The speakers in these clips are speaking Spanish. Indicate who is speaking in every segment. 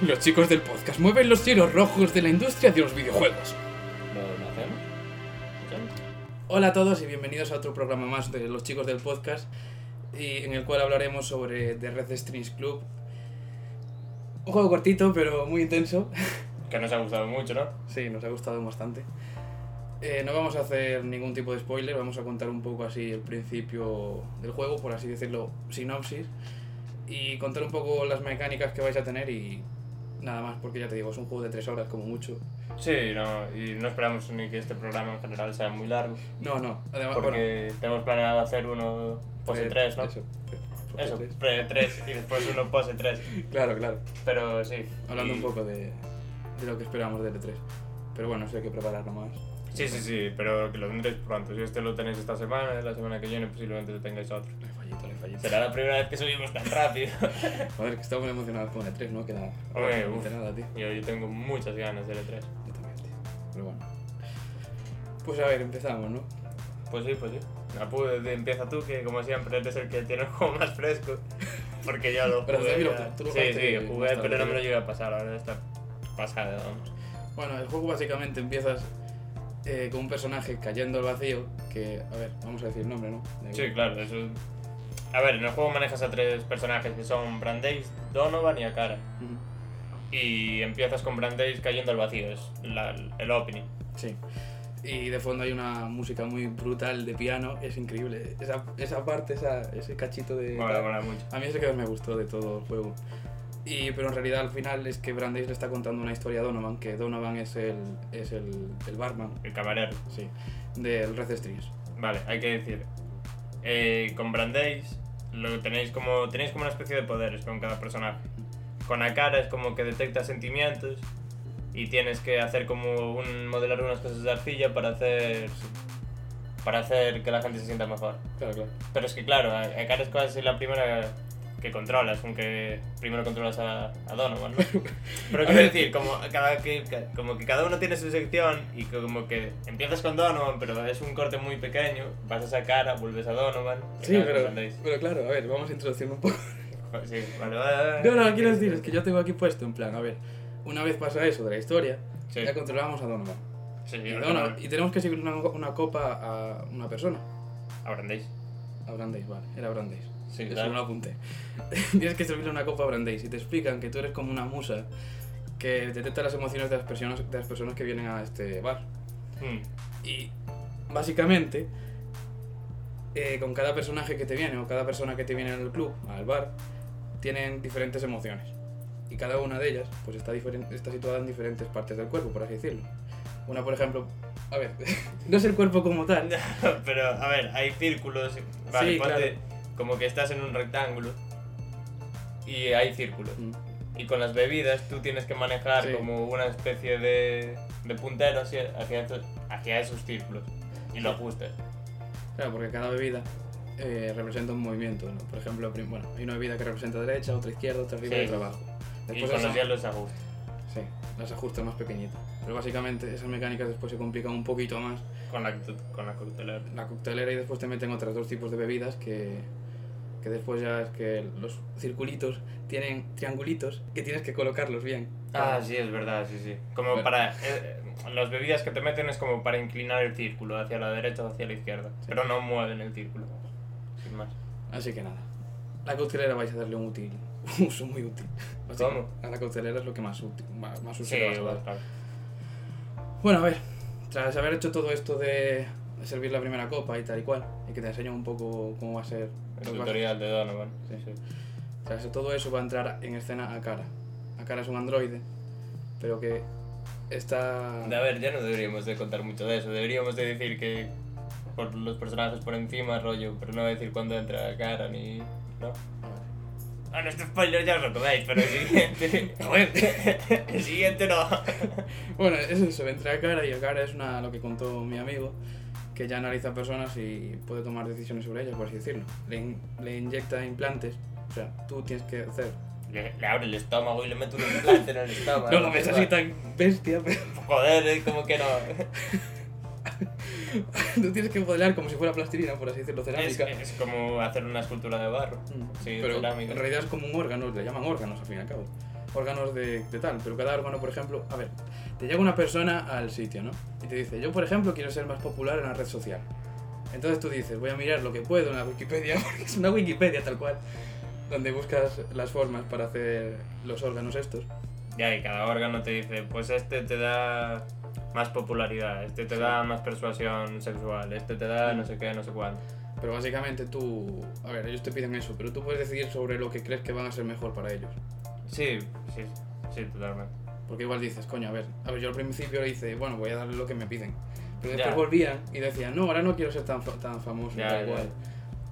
Speaker 1: Los chicos del podcast mueven los cielos rojos de la industria de los videojuegos.
Speaker 2: ¿Lo, lo hacemos? ¿Ya?
Speaker 1: Hola a todos y bienvenidos a otro programa más de los chicos del podcast, y en el cual hablaremos sobre The Red Strings Club. Un juego cortito, pero muy intenso.
Speaker 2: Que nos ha gustado mucho, ¿no?
Speaker 1: Sí, nos ha gustado bastante. Eh, no vamos a hacer ningún tipo de spoiler, vamos a contar un poco así el principio del juego, por así decirlo, sinopsis, y contar un poco las mecánicas que vais a tener y nada más, porque ya te digo, es un juego de tres horas como mucho.
Speaker 2: Sí, no, y no esperamos ni que este programa en general sea muy largo,
Speaker 1: No, no, además, Ah, bueno,
Speaker 2: porque tenemos planeado hacer uno pose
Speaker 1: pre-
Speaker 2: 3, Pues E ¿no?
Speaker 1: Eh, eso, pre- pose
Speaker 2: Eso,
Speaker 1: tres.
Speaker 2: pre 3 y después uno pose 3.
Speaker 1: Claro, claro.
Speaker 2: Pero sí.
Speaker 1: Hablando
Speaker 2: y-
Speaker 1: un poco de, de lo que esperamos del E3. Pero bueno, eso hay que prepararlo más.
Speaker 2: Sí, sí, sí, pero que lo tendréis pronto. Si este lo tenéis esta semana, la semana que viene posiblemente lo tengáis otro.
Speaker 1: Le fallito, le fallito.
Speaker 2: Será la primera vez que subimos tan rápido.
Speaker 1: Joder, que estamos emocionados con el E3, no queda
Speaker 2: Hombre,
Speaker 1: absolutamente
Speaker 2: uf.
Speaker 1: nada, tío.
Speaker 2: Yo, yo tengo muchas ganas E del E3.
Speaker 1: Yo también, tío. Pero bueno. Pues a ver, empezamos, ¿no?
Speaker 2: Pues sí, pues sí. Apu, de- empieza tú, que como siempre eres el que tiene el juego más fresco. Porque yo lo
Speaker 1: Pero
Speaker 2: jugué.
Speaker 1: David,
Speaker 2: ya.
Speaker 1: tú lo
Speaker 2: sí,
Speaker 1: jugaste
Speaker 2: sí,
Speaker 1: más
Speaker 2: jugué,
Speaker 1: tarde,
Speaker 2: pero no me lo
Speaker 1: ¿no?
Speaker 2: llegué a pasar. Ahora está pasada, vamos.
Speaker 1: Bueno, el juego básicamente empiezas eh, con un personaje cayendo al vacío, que, a ver, vamos a decir nombre, ¿no? Da
Speaker 2: Sí,
Speaker 1: igual.
Speaker 2: claro, eso. A ver, en el juego manejas a tres personajes que son Brandeis, Donovan y Akara.
Speaker 1: Ujú.
Speaker 2: Y empiezas con Brandeis cayendo al vacío, es la- el opening.
Speaker 1: Sí. Y de fondo hay una música muy brutal de piano, es increíble. Esa, esa parte, esa, ese cachito de...
Speaker 2: Mola, mola mucho.
Speaker 1: A mí es el que más me gustó de todo el juego. Y, pero en realidad al final es que Brandeis le está contando una historia a Donovan, que Donovan es el, es el, el barman
Speaker 2: El camarero.
Speaker 1: sí, del Red Strings.
Speaker 2: Vale, hay que decir. eh, con Brandeis lo tenéis como. tenéis como una especie de poderes con cada personaje. Con Akara es como que detecta sentimientos y tienes que hacer como un. modelar unas cosas de arcilla para hacer. para hacer que la gente se sienta mejor.
Speaker 1: Claro, claro.
Speaker 2: Pero es que claro, a- Akara es casi la primera que controlas, aunque primero controlas a, a Donovan, ¿no? Pero quiero decir, como, cada, que, ca- como que cada uno tiene su sección y que como que empiezas con Donovan, pero es un corte muy pequeño, vas a esa cara, vuelves a Donovan. y
Speaker 1: Sí,
Speaker 2: acabas con
Speaker 1: pero,
Speaker 2: Brandeis.
Speaker 1: pero claro, a ver, vamos a introducirlo un poco.
Speaker 2: Sí, vale, vale, vale.
Speaker 1: No, no, quiero decir, es que yo tengo aquí puesto en plan, a ver, una vez pasa eso de la historia,
Speaker 2: Sí,
Speaker 1: ya controlamos a Donovan.
Speaker 2: sí,
Speaker 1: Y,
Speaker 2: yo creo
Speaker 1: Donovan-
Speaker 2: que
Speaker 1: y tenemos que seguir una, una copa a una persona.
Speaker 2: no. A Brandeis.
Speaker 1: A Brandeis, vale, era Brandeis.
Speaker 2: Sí,
Speaker 1: Eso
Speaker 2: claro.
Speaker 1: no lo apunté. Tienes que servirle una copa a Brandeis y te explican que tú eres como una musa que detecta las emociones de las personas, de las personas que vienen a este bar.
Speaker 2: Mm,
Speaker 1: Y básicamente, eh, con cada personaje que te viene o cada persona que te viene al club, al bar, tienen diferentes emociones. Y cada una de ellas pues está, diferen- está situada en diferentes partes del cuerpo, por así decirlo. Una, por ejemplo, a ver, no es el cuerpo como tal.
Speaker 2: Pero, a ver, hay círculos. Vale,
Speaker 1: Sí,
Speaker 2: ponte como que estás en un rectángulo y hay círculos.
Speaker 1: Mm,
Speaker 2: Y con las bebidas tú tienes que manejar
Speaker 1: Sí.
Speaker 2: como una especie de, de puntero hacia, hacia, esos- hacia esos círculos. Y lo ajustas.
Speaker 1: Claro, porque cada bebida eh, representa un movimiento. ¿no? Por ejemplo, prim- bueno, hay una bebida que representa derecha, otra izquierda, otra arriba y
Speaker 2: Sí.
Speaker 1: otra abajo.
Speaker 2: Y
Speaker 1: Después las-
Speaker 2: con los hielos se ajusta.
Speaker 1: Sí, las ajustas más pequeñitas. Pero básicamente esas mecánicas después se complican un poquito más.
Speaker 2: Con la, actitud- con la coctelera.
Speaker 1: la coctelera y después te meten otros dos tipos de bebidas que, que después ya es que los circulitos tienen triangulitos que tienes que colocarlos bien.
Speaker 2: Ah, sí, es verdad, sí, sí. Como
Speaker 1: Bueno.
Speaker 2: para... eh, eh, las bebidas que te meten es como para inclinar el círculo hacia la derecha o hacia la izquierda. Pero no mueven el círculo. Sin más.
Speaker 1: Así que nada. La coctelera vais a darle un útil, un uso muy útil. Así que
Speaker 2: ¿Cómo?
Speaker 1: A la coctelera es lo que más útil, más, más uso
Speaker 2: Sí,
Speaker 1: le vas a dar.
Speaker 2: claro.
Speaker 1: Bueno, a ver, tras haber hecho todo esto de de servir la primera copa y tal y cual, y que te enseño un poco cómo va a ser
Speaker 2: El
Speaker 1: lo que vas a
Speaker 2: tutorial de Donovan.
Speaker 1: Sí.
Speaker 2: Sí, sí.
Speaker 1: Tras todo eso va a entrar en escena a cara. A cara es un androide, pero que está...
Speaker 2: A ver, ya no deberíamos de contar mucho de eso. Deberíamos de decir que por los personajes por encima, rollo, pero no decir cuándo entra cara ni... ¿No? Ah, no, este spoiler ya os lo coméis, pero el siguiente... Joder, el siguiente no.
Speaker 1: Bueno, es eso, entra a cara y a cara es una, lo que contó mi amigo, que ya analiza personas y puede tomar decisiones sobre ellas, por así decirlo. Le, in- le inyecta implantes, o sea, tú tienes que hacer...
Speaker 2: Le, le abre el estómago y le mete un implante en el estómago.
Speaker 1: No lo ves así tan bestia, pero
Speaker 2: Joder, es como que no.
Speaker 1: tú tienes que modelar como si fuera plastilina, por así decirlo,
Speaker 2: Es,
Speaker 1: cerámica.
Speaker 2: es como hacer una escultura de barro.
Speaker 1: Mm,
Speaker 2: Sí,
Speaker 1: pero
Speaker 2: cerámica.
Speaker 1: en realidad es como un órgano, le llaman órganos al fin y al cabo. órganos de, de tal, pero cada órgano, por ejemplo, a ver, te llega una persona al sitio, ¿no? Y te dice, yo, por ejemplo, quiero ser más popular en la red social. Entonces tú dices, voy a mirar lo que puedo en la Wikipedia, porque es una Wikipedia tal cual, donde buscas las formas para hacer los órganos estos.
Speaker 2: Ya, y cada órgano te dice, pues este te da más popularidad, este te
Speaker 1: Sí.
Speaker 2: da más persuasión sexual, este te da no
Speaker 1: Mm.
Speaker 2: sé qué, no sé cuánto.
Speaker 1: Pero básicamente tú, a ver, ellos te piden eso, pero tú puedes decidir sobre lo que crees que van a ser mejor para ellos.
Speaker 2: Sí, sí, sí, totalmente.
Speaker 1: Porque igual dices, coño, a ver, a ver, yo al principio le hice, bueno, voy a darle lo que me piden. Pero después
Speaker 2: Ya.
Speaker 1: volvían y decían, no, ahora no quiero ser tan, fa- tan famoso,
Speaker 2: Ya,
Speaker 1: tal
Speaker 2: ya.
Speaker 1: cual.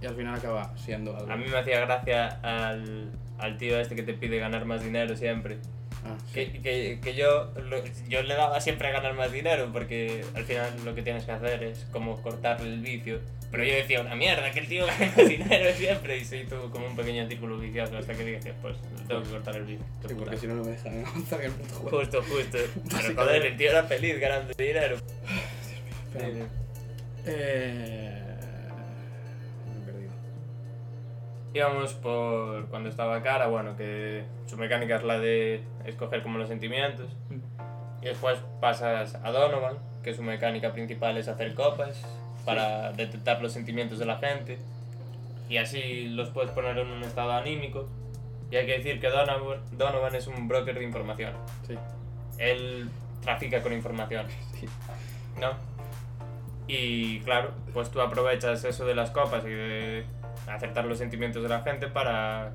Speaker 1: Y al final acaba siendo algo.
Speaker 2: A mí me hacía gracia al, al tío este que te pide ganar más dinero siempre.
Speaker 1: Ah, sí.
Speaker 2: Que, que- que yo, lo- yo le daba siempre a ganar más dinero porque al final lo que tienes que hacer es como cortarle el vicio. Pero yo decía, una mierda, que el tío gana más dinero siempre. Y se hizo como un pequeño círculo vicioso hasta que dije, pues le tengo que cortar el vicio. qué
Speaker 1: Sí,
Speaker 2: puta".
Speaker 1: porque si no, no me dejan avanzar en el puto juego.
Speaker 2: Justo, justo. Pero joder,
Speaker 1: Básicamente.
Speaker 2: el tío era feliz ganando dinero.
Speaker 1: Pero- Eh... Me he perdido.
Speaker 2: Íbamos por cuando estaba cara, bueno, que su mecánica es la de escoger como los sentimientos. Y después pasas a Donovan, que su mecánica principal es hacer copas para detectar los sentimientos de la gente. Y así los puedes poner en un estado anímico. Y hay que decir que Donovan, Donovan es un broker de información.
Speaker 1: Sí,
Speaker 2: Él trafica con información.
Speaker 1: sí.
Speaker 2: ¿no? Y claro, pues tú aprovechas eso de las copas y de acertar los sentimientos de la gente para...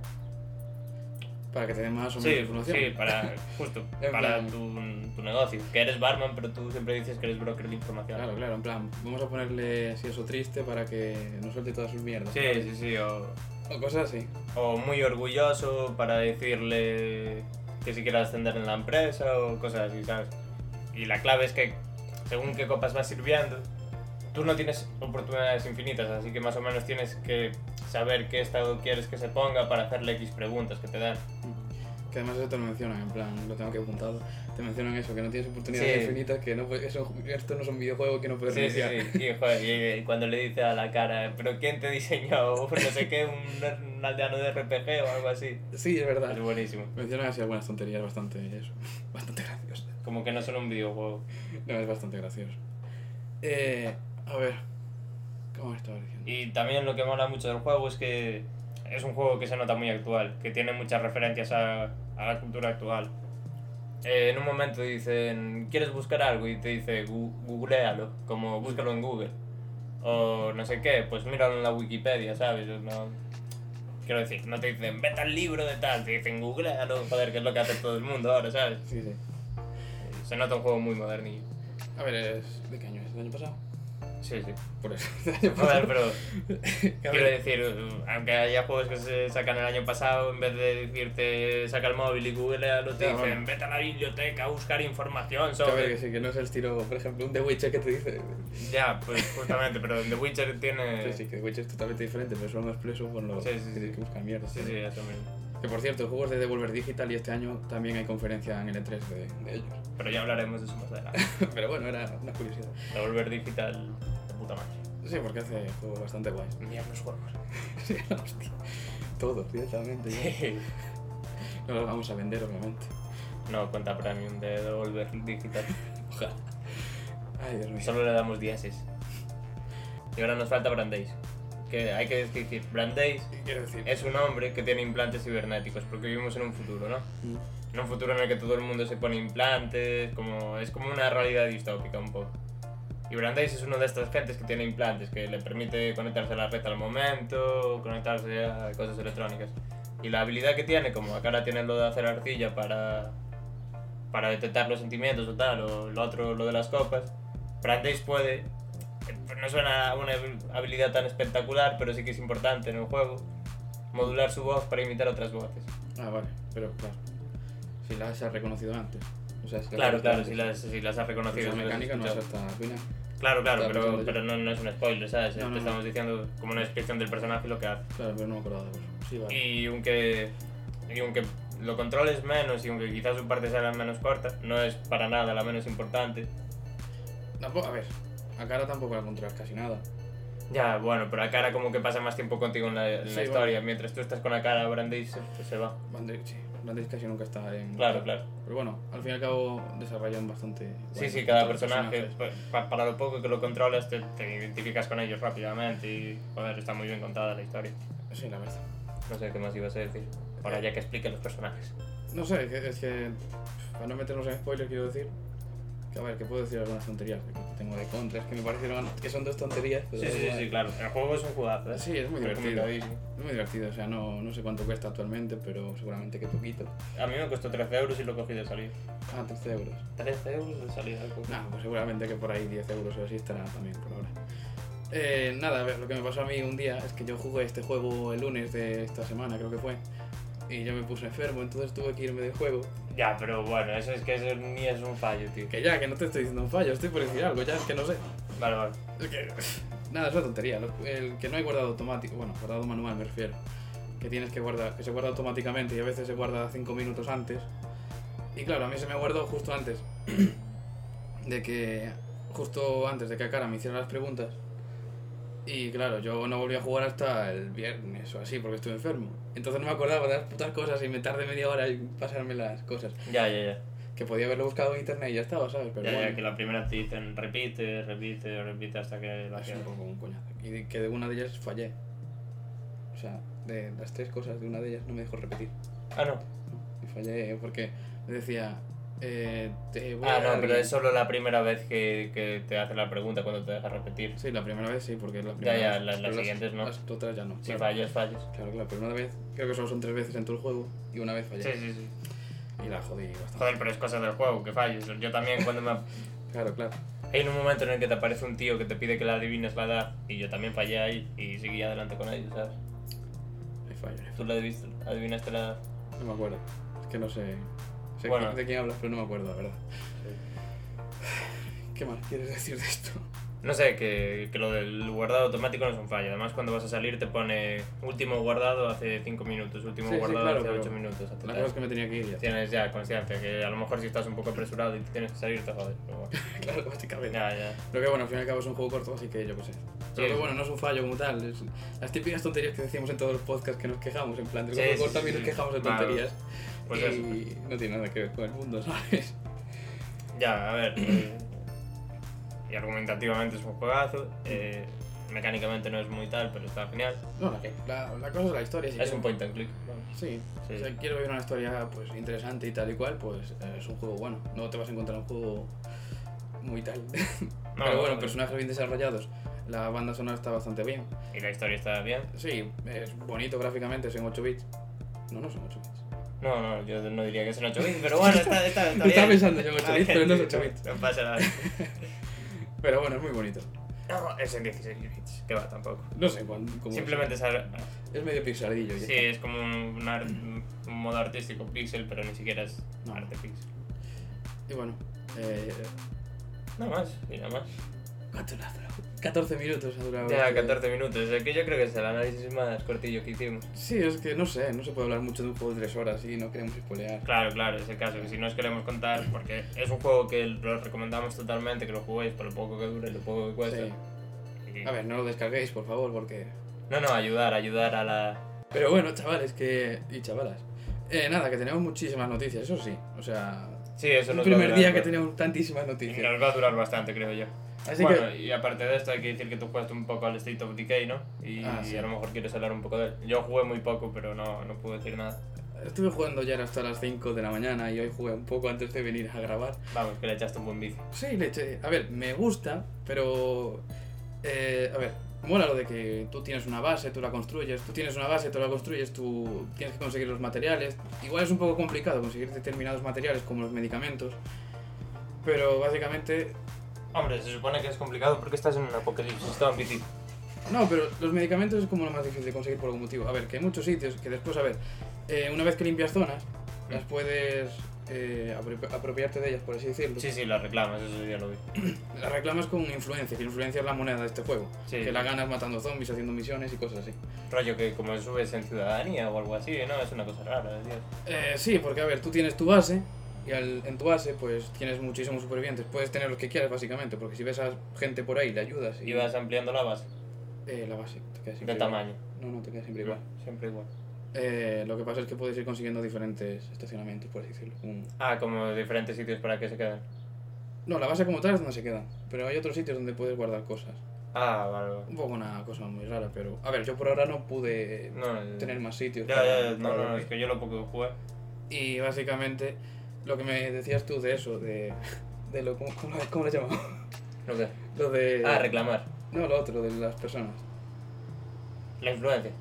Speaker 1: Para que te den más o menos
Speaker 2: Sí,
Speaker 1: información.
Speaker 2: sí, para, justo,
Speaker 1: En
Speaker 2: para
Speaker 1: plan-
Speaker 2: tu, tu negocio. Que eres barman, pero tú siempre dices que eres broker de información.
Speaker 1: Claro, claro, en plan, vamos a ponerle si eso triste para que no suelte todas sus mierdas.
Speaker 2: Sí, sí, sí, o,
Speaker 1: O cosas así.
Speaker 2: o muy orgulloso para decirle que si quiere ascender en la empresa o cosas así, ¿sabes? Y la clave es que según qué copas vas sirviendo, tú no tienes oportunidades infinitas, así que más o menos tienes que saber qué estado quieres que se ponga para hacerle X preguntas que te dan.
Speaker 1: Que además eso te lo mencionan, en plan, lo tengo aquí apuntado. Te mencionan eso, que no tienes oportunidades
Speaker 2: Sí.
Speaker 1: infinitas, que no puedes, eso, esto no es un videojuego que no puedes
Speaker 2: Sí, sí,
Speaker 1: reiniciar.
Speaker 2: sí. Y, joder, y- y cuando le dice a la cara, pero ¿quién te diseñó? O no sé qué, un, un aldeano de RPG o algo así.
Speaker 1: Sí, es verdad.
Speaker 2: Es buenísimo.
Speaker 1: Mencionan así algunas tonterías bastante eso. Bastante gracioso.
Speaker 2: Como que no solo un videojuego.
Speaker 1: No, es bastante gracioso. Eh, a ver. ¿Cómo estaba diciendo?
Speaker 2: Y también lo que mola mucho del juego es que es un juego que se nota muy actual, que tiene muchas referencias a, a la cultura actual. Eh, en un momento dicen, ¿quieres buscar algo? Y te dice, "Gu- googlealo, como búscalo en Google. O no sé qué, pues míralo en la Wikipedia, ¿sabes? O No, quiero decir, no te dicen, vete al libro de tal, te dicen, googlealo, joder, que es lo que hace todo el mundo ahora, ¿sabes?
Speaker 1: Sí, sí.
Speaker 2: Se nota un juego muy modernillo.
Speaker 1: A ver, es... ¿de qué año es? ¿Del año pasado?
Speaker 2: Sí, sí.
Speaker 1: Por eso. Del año pasado.
Speaker 2: Joder, pero
Speaker 1: Que a
Speaker 2: Quiero
Speaker 1: ver,
Speaker 2: decir, eh, aunque haya juegos que se sacan el año pasado, en vez de decirte saca el móvil y Google, lo te
Speaker 1: Ya,
Speaker 2: dicen
Speaker 1: bueno.
Speaker 2: vete a la biblioteca a buscar información
Speaker 1: que a ver,
Speaker 2: sobre.
Speaker 1: que sí, que no es el estilo, por ejemplo, un The Witcher que te dice.
Speaker 2: Ya, pues justamente, pero en The Witcher tiene.
Speaker 1: Sí, sí, que The Witcher es totalmente diferente, pero solo me expreso por lo
Speaker 2: Sí, sí,
Speaker 1: que
Speaker 2: sí.
Speaker 1: tienes que buscar mierda.
Speaker 2: Sí, sí, eso mismo.
Speaker 1: Que por cierto, juegos de Devolver Digital y este año también hay conferencia en el E3 de, de ellos.
Speaker 2: Pero ya hablaremos de eso más adelante.
Speaker 1: Pero bueno, era una curiosidad.
Speaker 2: Devolver digital de puta madre.
Speaker 1: Sí, porque hace juegos bastante guays.
Speaker 2: Mira los juegos.
Speaker 1: Sí, la hostia. Todos, directamente. ya. No los vamos a vender, obviamente.
Speaker 2: no, cuenta premium de Devolver digital.
Speaker 1: Ojalá. Ay, Dios mío.
Speaker 2: Solo le damos dieces. Y ahora nos falta Brandeis. Que hay que decir, Brandeis
Speaker 1: ¿Qué quiero decir?
Speaker 2: es un hombre que tiene implantes cibernéticos, porque vivimos en un futuro, ¿no?
Speaker 1: Mm.
Speaker 2: En un futuro en el que todo el mundo se pone implantes, como, es como una realidad distópica un poco. Y Brandeis es uno de estas gentes que tiene implantes, que le permite conectarse a la red al momento, conectarse a cosas electrónicas. Y la habilidad que tiene, como acá tiene lo de hacer arcilla para, para detectar los sentimientos o tal, o lo otro, lo de las copas, Brandeis puede, eh, no suena a una habilidad tan espectacular, pero sí que es importante en el juego, modular su voz para imitar otras voces.
Speaker 1: Ah, vale, pero claro. Si las has reconocido antes. O sea, si las
Speaker 2: Claro,
Speaker 1: has
Speaker 2: claro,
Speaker 1: antes,
Speaker 2: si las, si las has
Speaker 1: pues
Speaker 2: reconocido.
Speaker 1: la
Speaker 2: si las has
Speaker 1: mecánica no es
Speaker 2: escuchado.
Speaker 1: hasta al final.
Speaker 2: Claro, claro,
Speaker 1: Estaba
Speaker 2: pero,
Speaker 1: pensando
Speaker 2: pero no, no es un spoiler, ¿sabes?
Speaker 1: No,
Speaker 2: Te
Speaker 1: no, no.
Speaker 2: estamos diciendo como una descripción del personaje lo que hace.
Speaker 1: Claro, pero no me acordaba de eso. Sí, vale.
Speaker 2: Y aunque, y aunque lo controles menos y aunque quizás su parte sea la menos corta, no es para nada la menos importante.
Speaker 1: Tampoco, a ver, a cara tampoco la controlas casi nada.
Speaker 2: Ya, bueno, pero la cara como que pasa más tiempo contigo en la, en la
Speaker 1: Sí,
Speaker 2: historia. Mientras tú estás con la cara, Brandeis pues se, se va.
Speaker 1: Bandai, sí. Brandeis casi nunca está en.
Speaker 2: Claro, claro.
Speaker 1: Pero bueno, al fin y al cabo desarrollan bastante.
Speaker 2: Sí,
Speaker 1: bueno,
Speaker 2: sí, cada
Speaker 1: todos los
Speaker 2: personaje, pues,
Speaker 1: personajes.
Speaker 2: pa- pa- para lo poco que lo controlas, te, te identificas con ellos rápidamente y, joder, está muy bien contada la historia.
Speaker 1: Sí, la verdad.
Speaker 2: No sé qué más ibas a decir. Ahora ya que explique los personajes.
Speaker 1: No sé, es que, es que, pff, para no meternos en spoilers quiero decir que a ver, que puedo decir algunas tonterías que tengo de contra, es que me parecieron que son dos tonterías. pero
Speaker 2: Sí,
Speaker 1: da
Speaker 2: sí, sí,
Speaker 1: igual.
Speaker 2: sí, claro. El juego es un jugazo, ¿eh?
Speaker 1: Sí, es muy divertido.
Speaker 2: Recomendadísimo.
Speaker 1: Es muy divertido, o sea, no, no sé cuánto cuesta actualmente, pero seguramente que poquito.
Speaker 2: A mí me costó 13 euros y lo cogí de salida.
Speaker 1: Ah, 13 euros.
Speaker 2: 13 euros de salida. el juego.
Speaker 1: Nah, pues seguramente que por ahí 10 euros o así estará también por ahora. Eh, nada, a ver, lo que me pasó a mí un día es que yo jugué este juego el lunes de esta semana, creo que fue, y yo me puse enfermo, entonces tuve que irme del juego.
Speaker 2: Ya, pero bueno, eso es que eso ni es un fallo, tío.
Speaker 1: Que ya, que no te estoy diciendo un fallo, estoy por decir algo, ya es que no sé.
Speaker 2: Vale, vale.
Speaker 1: Es que- Nada, es una tontería. lo- El que no hay guardado automático, bueno, guardado manual me refiero. Que tienes que guardar, que se guarda automáticamente y a veces se guarda 5 minutos antes. Y claro, a mí se me guardó justo antes de que. Justo antes de que Akara me hiciera las preguntas. Y claro, yo no volví a jugar hasta el viernes o así, porque estuve enfermo. Entonces no me acordaba de las putas cosas y me tardé media hora en pasarme las cosas.
Speaker 2: Ya, ya, ya.
Speaker 1: Que podía haberlo buscado en internet y ya estaba, ¿sabes? Pero
Speaker 2: ya, ya,
Speaker 1: bueno.
Speaker 2: que la primera te dicen repite, repite, repite hasta que la
Speaker 1: Es un
Speaker 2: gente.
Speaker 1: poco un coñazo. Y de- que de una de ellas fallé. O sea, de las tres cosas, de una de ellas no me dejó repetir.
Speaker 2: Ah, no.
Speaker 1: Y fallé porque me decía. Eh, te voy
Speaker 2: Ah,
Speaker 1: a dar-
Speaker 2: no, pero es solo la primera vez que, que te hace la pregunta cuando te deja repetir.
Speaker 1: Sí, la primera vez sí, porque es la primera
Speaker 2: ya,
Speaker 1: vez.
Speaker 2: las- las
Speaker 1: Pero
Speaker 2: siguientes no.
Speaker 1: Las otras ya no.
Speaker 2: Si
Speaker 1: claro.
Speaker 2: fallas, fallas.
Speaker 1: Claro, claro, pero una vez, creo que solo son tres veces en todo el juego y una vez fallé.
Speaker 2: Sí, sí, sí.
Speaker 1: Y la jodí bastante.
Speaker 2: Joder, pero es cosa del juego, que falles. Yo también cuando me...
Speaker 1: Claro, claro.
Speaker 2: Hay un momento en el que te aparece un tío que te pide que le adivines la edad y yo también fallé ahí y seguí adelante con ellos, ¿sabes?
Speaker 1: Ahí fallé.
Speaker 2: Tú la adiviste- adivinaste la edad.
Speaker 1: No me acuerdo. Es que no sé. Sé
Speaker 2: Bueno.
Speaker 1: qui- de quién hablas, pero no me acuerdo, la verdad. ¿Qué más quieres decir de esto?
Speaker 2: No sé, que, que lo del guardado automático no es un fallo. Además, cuando vas a salir te pone último guardado hace 5 minutos, último
Speaker 1: Sí, sí,
Speaker 2: guardado
Speaker 1: claro,
Speaker 2: hace
Speaker 1: pero
Speaker 2: 8 minutos. hace
Speaker 1: La
Speaker 2: tal.
Speaker 1: cosa es que me tenía que ir ya.
Speaker 2: Tienes ya conciencia que a lo mejor si estás un poco apresurado y te tienes que salir, te jodes. Pero bueno,
Speaker 1: Claro, básicamente.
Speaker 2: ya, ya.
Speaker 1: Pero que bueno, al fin y al cabo es un juego corto, así que yo qué sé. Pero
Speaker 2: Sí.
Speaker 1: que bueno, no es un fallo como tal. es las típicas tonterías que decimos en todos los podcasts que nos quejamos, en plan, de
Speaker 2: Sí,
Speaker 1: juego
Speaker 2: sí,
Speaker 1: corto
Speaker 2: sí,
Speaker 1: también
Speaker 2: sí.
Speaker 1: nos quejamos de
Speaker 2: Claro.
Speaker 1: tonterías.
Speaker 2: Pues
Speaker 1: y
Speaker 2: eso.
Speaker 1: no tiene nada que ver con el mundo, ¿sabes?
Speaker 2: Ya, a ver. eh, y argumentativamente es un juegazo. eh, mecánicamente no es muy tal, pero está genial.
Speaker 1: No, la, la, la cosa es la historia. Si
Speaker 2: Es
Speaker 1: quieres-
Speaker 2: un point and click. vamos.
Speaker 1: Sí.
Speaker 2: Sí.
Speaker 1: Si quiero ver una historia pues interesante y tal y cual, pues eh, es un juego bueno. No te vas a encontrar un juego muy tal.
Speaker 2: No,
Speaker 1: Pero bueno,
Speaker 2: no,
Speaker 1: personajes bien desarrollados. La banda sonora está bastante bien.
Speaker 2: Y la historia está bien.
Speaker 1: Sí, es bonito gráficamente, es en 8 bits. No, no son 8 bits.
Speaker 2: No, no, yo no diría que son 8 bits, pero bueno, está, está, está
Speaker 1: Lo
Speaker 2: bien.
Speaker 1: estaba pensando yo en 8 bits,
Speaker 2: Ah,
Speaker 1: pero no es
Speaker 2: sí,
Speaker 1: 8 bits.
Speaker 2: No pasa nada.
Speaker 1: Pero bueno, es muy bonito.
Speaker 2: No, es en 16 bits, que va tampoco.
Speaker 1: No sé cuán- cómo.
Speaker 2: Simplemente es, ar-
Speaker 1: Es medio pixeladillo. y ya
Speaker 2: sí,
Speaker 1: está.
Speaker 2: es como un, un ar- un modo artístico pixel, pero ni siquiera es
Speaker 1: No.
Speaker 2: arte pixel.
Speaker 1: Y bueno, eh,
Speaker 2: Nada más, y nada más.
Speaker 1: ¿cuánto le ha durado? 14 minutos ha durado.
Speaker 2: Ya,
Speaker 1: este-
Speaker 2: 14 minutos. Es que yo creo que es el análisis más cortillo que hicimos.
Speaker 1: Sí, es que no sé, no se puede hablar mucho de un juego de 3 horas y no queremos spoilear.
Speaker 2: Claro, claro, es el caso, que si no os queremos contar, porque es un juego que lo recomendamos totalmente, que lo juguéis por lo poco que dure, lo poco que cuesta.
Speaker 1: Sí.
Speaker 2: Y-
Speaker 1: Pues, eh, A ver, no lo descarguéis, por favor, porque.
Speaker 2: No, no, ayudar, ayudar a la...
Speaker 1: Pero bueno, chavales que y chavalas. Eh, nada, que tenemos muchísimas noticias, eso sí. O sea,
Speaker 2: Sí, eso
Speaker 1: el
Speaker 2: nos va a
Speaker 1: primer
Speaker 2: durar,
Speaker 1: día que
Speaker 2: pero-
Speaker 1: tenemos tantísimas
Speaker 2: y
Speaker 1: noticias.
Speaker 2: Nos va a durar bastante, creo yo.
Speaker 1: Así
Speaker 2: bueno,
Speaker 1: que.
Speaker 2: y aparte de esto, hay que decir que tú jugaste un poco al State of Decay, ¿no? Y,
Speaker 1: Ah, sí.
Speaker 2: a lo mejor quieres hablar un poco de él. Yo jugué muy poco, pero no, no pude decir nada.
Speaker 1: Estuve jugando ya hasta las 5 de la mañana y hoy jugué un poco antes de venir a grabar.
Speaker 2: Vamos, que le echaste un buen vicio.
Speaker 1: Sí, le eché- A ver, me gusta, pero. eh, a ver, mola lo de que tú tienes una base, tú la construyes, tú tienes una base, tú la construyes, tú tienes que conseguir los materiales. Igual es un poco complicado conseguir determinados materiales como los medicamentos, pero básicamente.
Speaker 2: Hombre, se supone que es complicado porque estás en un apocalipsis zombie.
Speaker 1: No, pero los medicamentos es como lo más difícil de conseguir por algún motivo. A ver, que hay muchos sitios que después, a ver, eh, una vez que limpias zonas, las puedes eh, apro- apropiarte de ellas, por así decirlo.
Speaker 2: Sí, sí, las reclamas, eso ya lo vi.
Speaker 1: Las reclamas con influencia, que influencia es la moneda de este juego.
Speaker 2: Sí.
Speaker 1: Que la ganas matando zombies, haciendo misiones y cosas así.
Speaker 2: Rollo que como subes en ciudadanía o algo así, ¿no? Es una cosa rara, tío.
Speaker 1: Eh, sí, porque a ver, tú tienes tu base y al- en tu base pues tienes muchísimos supervivientes. Puedes tener los que quieras básicamente, porque si ves a gente por ahí le ayudas. Y
Speaker 2: Y vas ampliando la base
Speaker 1: Eh, la base, te queda siempre
Speaker 2: de
Speaker 1: igual.
Speaker 2: tamaño.
Speaker 1: No, no, te queda siempre igual.
Speaker 2: Siempre igual.
Speaker 1: Eh, lo que pasa es que puedes ir consiguiendo diferentes estacionamientos, por así decirlo. Un-
Speaker 2: Ah, como diferentes sitios para que se queden.
Speaker 1: No, la base como tal es donde se quedan, pero hay otros sitios donde puedes guardar cosas.
Speaker 2: Ah, vale, vale.
Speaker 1: Un poco una cosa muy rara, pero... A ver, yo por ahora no pude
Speaker 2: No, no, no.
Speaker 1: tener más sitios.
Speaker 2: Ya,
Speaker 1: para-
Speaker 2: ya, ya, no,
Speaker 1: para
Speaker 2: no,
Speaker 1: dormir.
Speaker 2: es que yo lo poco que jugué.
Speaker 1: Y básicamente lo que me decías tú de eso, de... de lo, ¿cómo, cómo, lo- cómo lo llamamos?
Speaker 2: No sé.
Speaker 1: Lo de...
Speaker 2: Ah, reclamar.
Speaker 1: No, lo otro, de las personas.
Speaker 2: La influencia.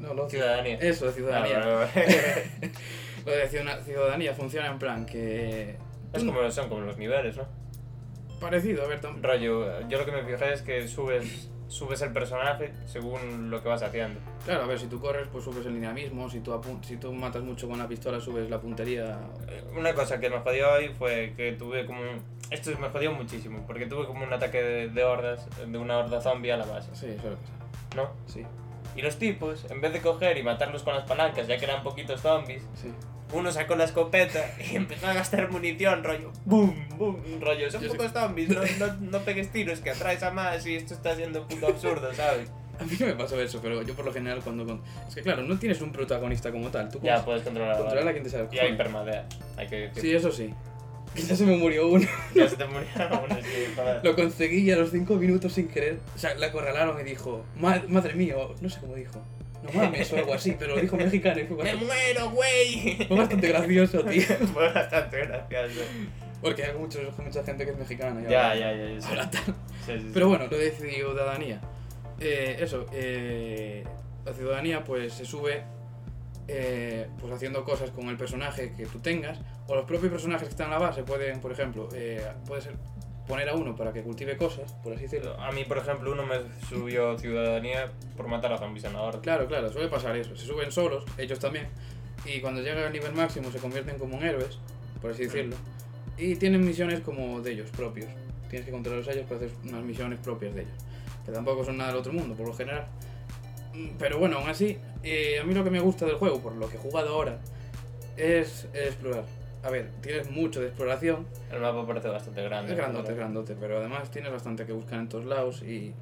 Speaker 1: No, lo otro.
Speaker 2: Ciudadanía.
Speaker 1: Eso, ciudadanía.
Speaker 2: Ah, vale, vale.
Speaker 1: Lo de ciudad- ciudadanía funciona en plan que...
Speaker 2: es como, son como los niveles, ¿no?
Speaker 1: Parecido, a ver, tam-
Speaker 2: Rollo, yo lo que me fijé es que subes, subes el personaje según lo que vas haciendo.
Speaker 1: Claro, a ver, si tú corres, pues subes el dinamismo, si tú, apu- si tú matas mucho con la pistola, subes la puntería.
Speaker 2: Eh, Una cosa que me jodió hoy fue que tuve como un... Esto me jodió muchísimo, porque tuve como un ataque de, de hordas, de una horda zombie a la base,
Speaker 1: Sí, suele pasar.
Speaker 2: ¿no?
Speaker 1: Sí,
Speaker 2: Y los tipos, en vez de coger y matarlos con las palancas, ya que eran poquitos zombies,
Speaker 1: sí.
Speaker 2: uno sacó la escopeta y empezó a gastar munición, rollo, boom, boom, rollo, son
Speaker 1: Yo sé-
Speaker 2: pocos zombies, no, no, no pegues tiros, que atraes a más y esto está siendo puto absurdo, ¿sabes?
Speaker 1: A mí no me pasó eso, pero yo por lo general cuando... con- Es que claro, no tienes un protagonista como tal. Tú
Speaker 2: Ya
Speaker 1: puedes
Speaker 2: pues, puedes controlar la
Speaker 1: controlar a
Speaker 2: bala.
Speaker 1: quien te sale.
Speaker 2: Y hay permadea, hay que decir.
Speaker 1: Sí, eso sí. Que ya se me murió uno.
Speaker 2: Ya se te murió uno, sí, joder.
Speaker 1: Lo conseguí y a los 5 minutos sin querer. O sea, la acorralaron y dijo, "Ma- madre mía, o no sé cómo dijo. No mames o algo así, pero lo dijo mexicano y fue
Speaker 2: ¡Me
Speaker 1: bastante,
Speaker 2: muero, güey!
Speaker 1: fue bastante gracioso, tío.
Speaker 2: Fue bastante gracioso.
Speaker 1: Porque hay muchos- mucha gente que es mexicana. y
Speaker 2: Ya,
Speaker 1: habla-
Speaker 2: ya, ya. ya, sí.
Speaker 1: habla tal.
Speaker 2: Sí, sí, sí.
Speaker 1: Pero bueno, lo de ciudadanía. Eh, eso, eh, la ciudadanía pues se sube eh, pues haciendo cosas con el personaje que tú tengas, o los propios personajes que están en la base pueden, por ejemplo, eh, puedes poner a uno para que cultive cosas, por así decirlo.
Speaker 2: A mí, por ejemplo, uno me subió ciudadanía por matar a zombies en la horda.
Speaker 1: Claro, claro, suele pasar eso. Se suben solos, ellos también, y cuando llegan al nivel máximo se convierten como en héroes, por así decirlo, y tienen misiones como de ellos propios. Tienes que controlarlos a ellos para hacer unas misiones propias de ellos, que tampoco son nada del otro mundo, por lo general. Mm, Pero bueno, aún así, eh, a mí lo que me gusta del juego, por lo que he jugado ahora, es explorar. A ver, tienes mucho de exploración,
Speaker 2: El mapa parece bastante grande.
Speaker 1: es grandote, es
Speaker 2: Pero-
Speaker 1: grandote, pero además tienes bastante que buscar en todos lados y,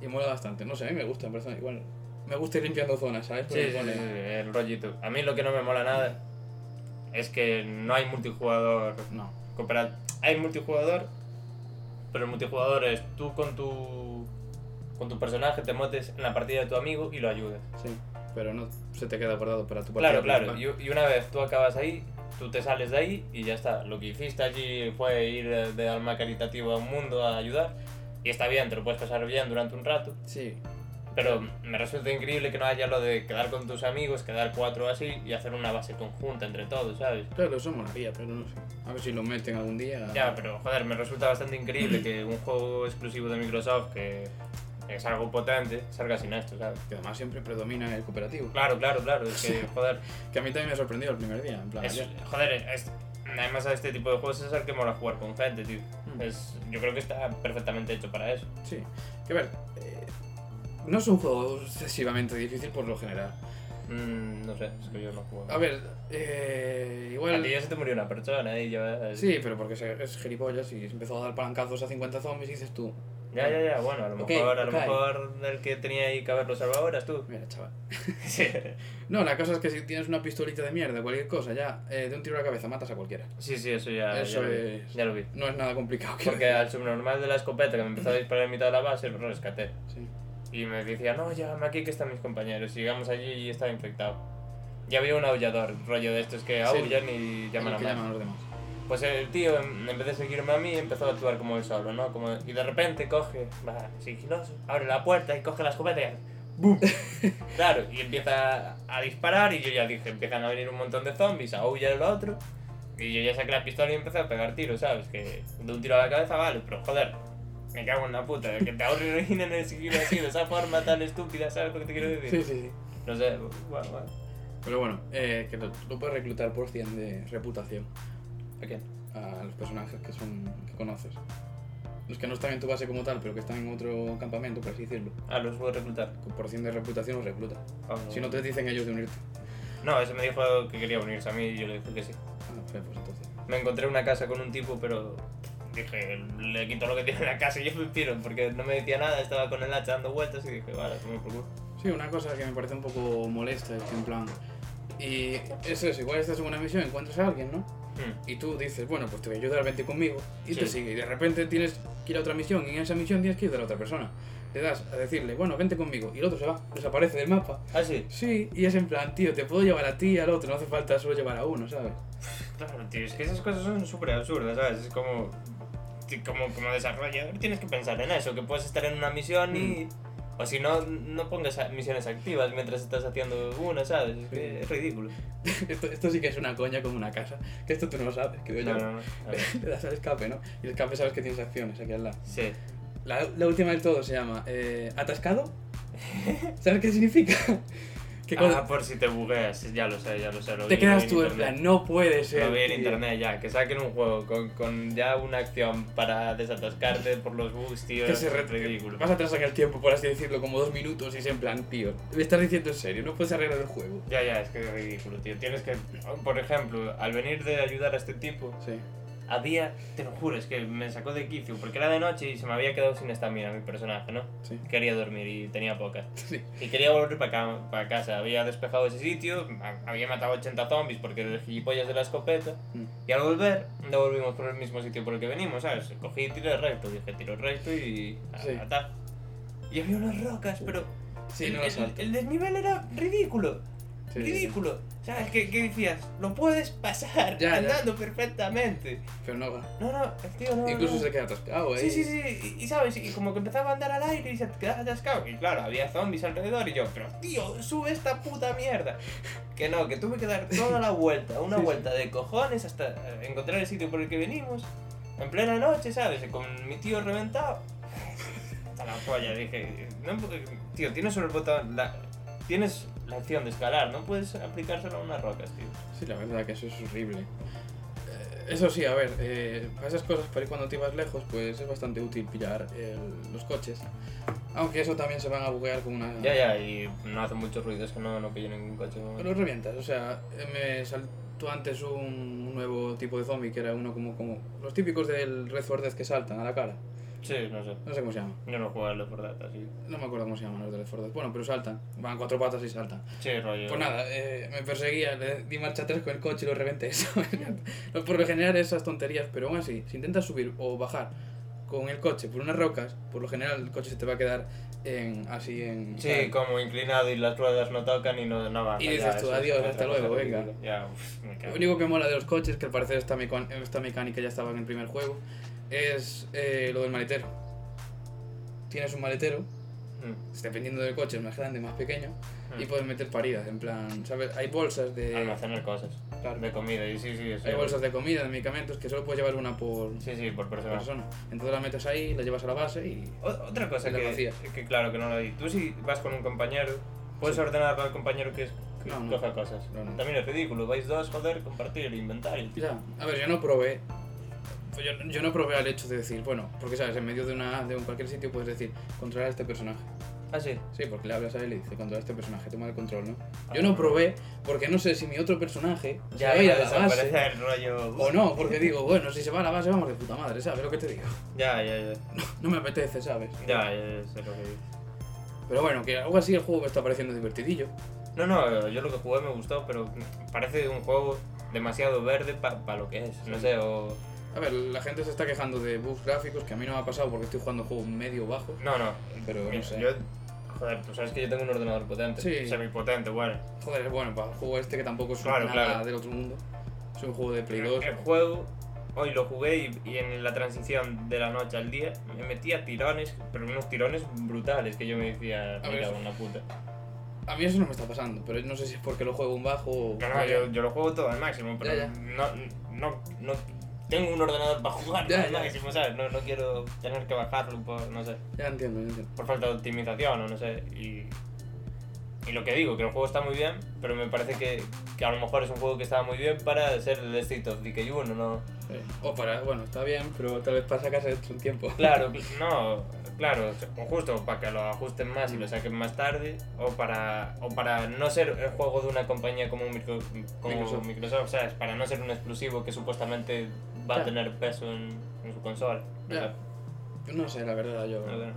Speaker 1: y mola bastante. No sé, a mí me gusta, en persona, igual. Me gusta ir limpiando zonas, ¿sabes?
Speaker 2: Sí,
Speaker 1: Porque
Speaker 2: sí,
Speaker 1: pone-
Speaker 2: sí, sí, el rollito. A mí lo que no me mola nada es que no hay multijugador
Speaker 1: No,
Speaker 2: cooperativo. Hay multijugador, pero el multijugador es tú con tu con tu personaje te motes en la partida de tu amigo y lo ayudas.
Speaker 1: sí, pero no se te queda guardado para tu
Speaker 2: Claro,
Speaker 1: partida.
Speaker 2: claro.
Speaker 1: principal.
Speaker 2: Y, y una vez tú acabas ahí, tú te sales de ahí y ya está. Lo que hiciste allí fue ir eh, de alma caritativa a un mundo a ayudar. Y está bien, te lo puedes pasar bien durante un rato.
Speaker 1: Sí,
Speaker 2: Pero me resulta increíble que no haya lo de quedar con tus amigos, quedar cuatro así y hacer una base conjunta entre todos, ¿sabes?
Speaker 1: claro, eso molaría, pero no sé. A ver si lo meten algún día.
Speaker 2: Ya, pero joder, me resulta bastante increíble que un juego exclusivo de Microsoft, que es algo potente, salga sin esto, ¿sabes?
Speaker 1: Que además siempre predomina el cooperativo.
Speaker 2: Claro, claro, claro. Es que, joder,
Speaker 1: Que a mí también me sorprendió el primer día, en plan.
Speaker 2: Es-
Speaker 1: ayer.
Speaker 2: joder, es- además a este tipo de juegos es el que mola jugar con gente, tío.
Speaker 1: Mm.
Speaker 2: Es, yo creo que está perfectamente hecho para eso.
Speaker 1: Sí, que a ver. eh, no es un juego excesivamente difícil por lo general.
Speaker 2: Mm, no sé, es que yo no juego.
Speaker 1: A ver, eh, igual.
Speaker 2: A ti ya se te murió una persona y ya...
Speaker 1: Sí, pero porque se- es gilipollas y empezó a dar palancazos a 50 zombies y dices tú,
Speaker 2: Ya, ya, ya, bueno, a lo
Speaker 1: Ok,
Speaker 2: mejor, a lo
Speaker 1: ok.
Speaker 2: mejor el que tenía ahí que haberlo salvado eras tú.
Speaker 1: mira chaval.
Speaker 2: sí,
Speaker 1: No, la cosa es que si tienes una pistolita de mierda, cualquier cosa, ya, eh, de un tiro a la cabeza matas a cualquiera.
Speaker 2: sí, sí, eso ya, ya
Speaker 1: Eso
Speaker 2: lo vi,
Speaker 1: es.
Speaker 2: ya lo vi.
Speaker 1: No es nada complicado. quiero
Speaker 2: Porque al subnormal de la escopeta que me empezó a disparar en mitad de la base pues lo rescaté.
Speaker 1: decir. Sí.
Speaker 2: Y me decía, no, llévame aquí que están mis compañeros. Y llegamos allí y estaba infectado. Y había un aullador, rollo de estos que
Speaker 1: Sí,
Speaker 2: aullan y llaman
Speaker 1: Es lo
Speaker 2: a
Speaker 1: que
Speaker 2: más.
Speaker 1: llaman los demás.
Speaker 2: Pues el tío, en en vez de seguirme a mí, empezó a actuar como él solo, ¿no? Como, y de repente coge, va sigiloso, abre la puerta y coge la escopeta y hace ¡Bum! claro, y empieza a disparar y yo ya dije, empiezan a venir un montón de zombies, aúlla el otro. Y yo ya saqué la pistola y empecé a pegar tiros, ¿sabes? Que de un tiro a la cabeza vale, pero joder, me cago en la puta, que te ahorren en el sigilo así, de esa forma tan estúpida, ¿sabes lo que te quiero decir?
Speaker 1: Sí, sí, sí.
Speaker 2: No sé, bueno, bueno.
Speaker 1: Pero bueno, eh, que lo, lo puedes reclutar por 100 de reputación
Speaker 2: ¿A quién?
Speaker 1: a los personajes que son que conoces. Los que no están en tu base como tal, pero que están en otro campamento, por así decirlo.
Speaker 2: Ah, los voy a reclutar.
Speaker 1: Por 100 de reputación los recluta.
Speaker 2: Ah, no.
Speaker 1: Si no te dicen ellos de unirte.
Speaker 2: No, ese me dijo que quería unirse a mí y yo le dije que sí.
Speaker 1: Ah, pues entonces.
Speaker 2: Me encontré una casa con un tipo, pero dije, le quito lo que tiene en la casa y yo me piro, porque no me decía nada, estaba con el hacha dando vueltas y dije, vale, no me preocupo.
Speaker 1: Sí, una cosa que me parece un poco molesta, es que en plan. Y eso es, igual estás en una misión, encuentras a alguien, ¿no?
Speaker 2: Hmm.
Speaker 1: Y tú dices, bueno, pues te voy a ayudar, vente conmigo. Y
Speaker 2: Sí.
Speaker 1: te sigue. Y de repente tienes que ir a otra misión. Y en esa misión tienes que ayudar a otra persona. Le das a decirle, bueno, vente conmigo. Y el otro se va, desaparece del mapa.
Speaker 2: Ah, sí.
Speaker 1: Sí, y es en plan, tío, te puedo llevar a ti y al otro. No hace falta solo llevar a uno, ¿sabes?
Speaker 2: Claro, tío, es que esas cosas son súper absurdas, ¿sabes? Es como, que como, como desarrollador tienes que pensar en eso, que puedes estar en una misión y... O si no, no pongas a- misiones activas mientras estás haciendo una, ¿sabes? Es, que es ridículo.
Speaker 1: Esto, esto sí que es una coña como una casa. Que esto tú no lo sabes, creo yo.
Speaker 2: No, no, no. a ver.
Speaker 1: Le das al escape, ¿no? Y el escape sabes que tienes acciones aquí al lado.
Speaker 2: Sí.
Speaker 1: La, la última del todo se llama eh, ¿Atascado? ¿Sabes qué significa? Que cuando
Speaker 2: Ah, por si te bugueas, ya lo sé, ya lo sé. Lo
Speaker 1: te
Speaker 2: vi- lo vi
Speaker 1: quedas
Speaker 2: en
Speaker 1: tú en
Speaker 2: internet.
Speaker 1: plan, no puede ser.
Speaker 2: Lo vi en
Speaker 1: tío".
Speaker 2: internet ya, que saquen un juego con, con ya una acción para desatascarte por los bugs, tío.
Speaker 1: Que se
Speaker 2: es
Speaker 1: re-
Speaker 2: ridículo.
Speaker 1: Vas a atrasar el tiempo, por así decirlo, como dos minutos y es en plan, tío, me estás diciendo en serio, no puedes arreglar el juego.
Speaker 2: Ya, ya, es que es ridículo, tío. Tienes que, por ejemplo, al venir de ayudar a este tipo,
Speaker 1: Sí.
Speaker 2: había, te lo juro, es que me sacó de quicio, porque era de noche y se me había quedado sin estamina mi personaje, ¿no?
Speaker 1: Sí.
Speaker 2: Quería dormir y tenía poca.
Speaker 1: Sí.
Speaker 2: Y quería volver para casa, había despejado ese sitio, ha- había matado 80 zombies porque de gilipollas de la escopeta.
Speaker 1: Mm.
Speaker 2: Y al volver, no volvimos por el mismo sitio por el que venimos, ¿sabes? Cogí y tiré recto, dije tiro recto y. a-
Speaker 1: Sí.
Speaker 2: atar. Y había unas rocas, pero.
Speaker 1: Sí,
Speaker 2: el,
Speaker 1: no lo
Speaker 2: el-
Speaker 1: salto.
Speaker 2: el desnivel era ridículo.
Speaker 1: Sí, sí, sí.
Speaker 2: ridículo. ¿Sabes qué, qué decías? Lo puedes pasar
Speaker 1: Ya, ya.
Speaker 2: andando perfectamente.
Speaker 1: Pero no va.
Speaker 2: No, no, el tío no.
Speaker 1: Incluso
Speaker 2: no.
Speaker 1: se queda atascado, eh.
Speaker 2: Sí, sí, sí, y, y sabes, y como que empezaba a andar al aire y se quedaba atascado. Y claro, había zombies alrededor y yo, pero tío, sube esta puta mierda. Que no, que tuve que dar toda la vuelta, una
Speaker 1: Sí, sí.
Speaker 2: vuelta de cojones hasta eh, encontrar el sitio por el que venimos. En plena noche, ¿sabes? Con mi tío reventado. Hasta la polla, dije, no, pu- tío, tienes solo el botón, la, tienes la acción de escalar, no puedes aplicárselo a unas rocas, tío.
Speaker 1: Sí, la verdad que eso es horrible. Eh, Eso sí, a ver, eh, para esas cosas, para ir cuando te ibas lejos, pues es bastante útil pillar el- los coches. Aunque eso también se van a buguear con una...
Speaker 2: Ya, ya, y no hace mucho ruido, es que no, no pillo ningún coche. de momento.
Speaker 1: Los revientas, o sea, eh, me saltó antes un nuevo tipo de zombie que era uno como, como los típicos del Red 4 Dead que saltan a la cara.
Speaker 2: Sí, no sé.
Speaker 1: No sé cómo se llama.
Speaker 2: Yo no juego al Left 4 Dead, así.
Speaker 1: No me acuerdo cómo se llaman los del Red 4 Dead. Bueno, pero saltan. Van cuatro patas y saltan.
Speaker 2: Sí, rollo.
Speaker 1: Pues nada, eh, me perseguía, le di marcha atrás con el coche y lo reventé. ¿sabes? No, por lo general esas tonterías, pero aún así, si intentas subir o bajar con el coche por unas rocas, por lo general el coche se te va a quedar en, así en...
Speaker 2: Sí, como inclinado y las ruedas no tocan y no, no avanzan,
Speaker 1: Y dices
Speaker 2: ya,
Speaker 1: tú,
Speaker 2: eso es
Speaker 1: adiós,
Speaker 2: otra
Speaker 1: hasta
Speaker 2: cosa
Speaker 1: luego,
Speaker 2: ridícula.
Speaker 1: venga.
Speaker 2: Ya, uff, me cago.
Speaker 1: Lo único que mola de los coches, que al parecer esta, mecon- esta mecánica ya estaba en el primer juego, es eh, lo del maletero. Tienes un maletero,
Speaker 2: Mm,
Speaker 1: dependiendo del coche, es más grande, más pequeño,
Speaker 2: mm.
Speaker 1: y pues, puedes meter paridas, en plan, ¿sabes? Hay bolsas de...
Speaker 2: Almacenar cosas.
Speaker 1: claro,
Speaker 2: De comida, y sí, sí, eso.
Speaker 1: hay bolsas de comida, de medicamentos, que solo puedes llevar una por
Speaker 2: Sí, sí, por persona.
Speaker 1: persona. Entonces la metes ahí, la llevas a la base y...
Speaker 2: O- otra cosa
Speaker 1: Y la
Speaker 2: que,
Speaker 1: vacías.
Speaker 2: que, claro, que no lo di. Tú si vas con un compañero, puedes ordenar al compañero que, es, que
Speaker 1: No, no.
Speaker 2: coja cosas.
Speaker 1: No, no.
Speaker 2: También es ridículo, vais dos, joder, compartir, inventario. tío.
Speaker 1: Ya, a ver, yo no probé... pues Yo, yo no probé al hecho de decir, bueno, porque sabes, en medio de, una, de un cualquier sitio puedes decir, controlar a este personaje.
Speaker 2: Ah, sí.
Speaker 1: Sí, porque le hablas a él y dice, controla a este personaje, toma el control, ¿no?
Speaker 2: Ah,
Speaker 1: Yo no probé porque no sé si mi otro personaje se va
Speaker 2: Ya
Speaker 1: a ir a la
Speaker 2: desaparece
Speaker 1: base
Speaker 2: el rollo.
Speaker 1: o no, porque digo, bueno, si se va a la base vamos de puta madre, ¿sabes lo que te digo?
Speaker 2: Ya, ya, ya.
Speaker 1: No me apetece, ¿sabes?
Speaker 2: Ya, ya, ya sé lo que dices.
Speaker 1: Pero bueno, que algo así el juego me está pareciendo divertidillo.
Speaker 2: No, no, yo lo que jugué me gustó, pero parece un juego demasiado verde para lo que es. No sé, o.
Speaker 1: A ver, la gente se está quejando de bugs gráficos que a mí no me ha pasado porque estoy jugando juegos medio bajos,
Speaker 2: No, no.
Speaker 1: pero
Speaker 2: Mira,
Speaker 1: no sé.
Speaker 2: Yo, joder, tú sabes que yo tengo un ordenador potente.
Speaker 1: Sí.
Speaker 2: Semipotente, bueno.
Speaker 1: Joder, bueno, para el juego este que tampoco es
Speaker 2: Claro,
Speaker 1: nada
Speaker 2: claro.
Speaker 1: del otro mundo. Es un juego de Play
Speaker 2: El,
Speaker 1: 2.
Speaker 2: el juego, hoy lo jugué y, y en la transición de la noche al día me metía tirones, pero unos tirones brutales que yo me decía,
Speaker 1: A ver,
Speaker 2: mira,
Speaker 1: eso-
Speaker 2: una puta.
Speaker 1: A mí eso no me está pasando, pero no sé si es porque lo juego un bajo o...
Speaker 2: No, no, Pues yo, yo lo juego todo al máximo, pero
Speaker 1: Ya, ya.
Speaker 2: No, no, no tengo un ordenador para jugar
Speaker 1: Ya,
Speaker 2: al
Speaker 1: ya.
Speaker 2: máximo, ¿sabes? No, no quiero tener que bajarlo por, no sé.
Speaker 1: Ya entiendo, ya entiendo.
Speaker 2: por falta de optimización o no sé. Y, y lo que digo, que el juego está muy bien, pero me parece que, que a lo mejor es un juego que estaba muy bien para ser el State of Decay 1, ¿no?
Speaker 1: Sí. O para, bueno, está bien, pero tal vez para sacarse dentro un tiempo.
Speaker 2: Claro, cl- no, claro, o justo para que lo ajusten más y lo saquen más tarde, o para, o para no ser el juego de una compañía como, micro, como Microsoft.
Speaker 1: Microsoft.
Speaker 2: ¿sabes? Para no ser un exclusivo que supuestamente va a
Speaker 1: Ya.
Speaker 2: tener peso en, en su consola.
Speaker 1: Ya. No sé, la verdad, yo.
Speaker 2: A ver.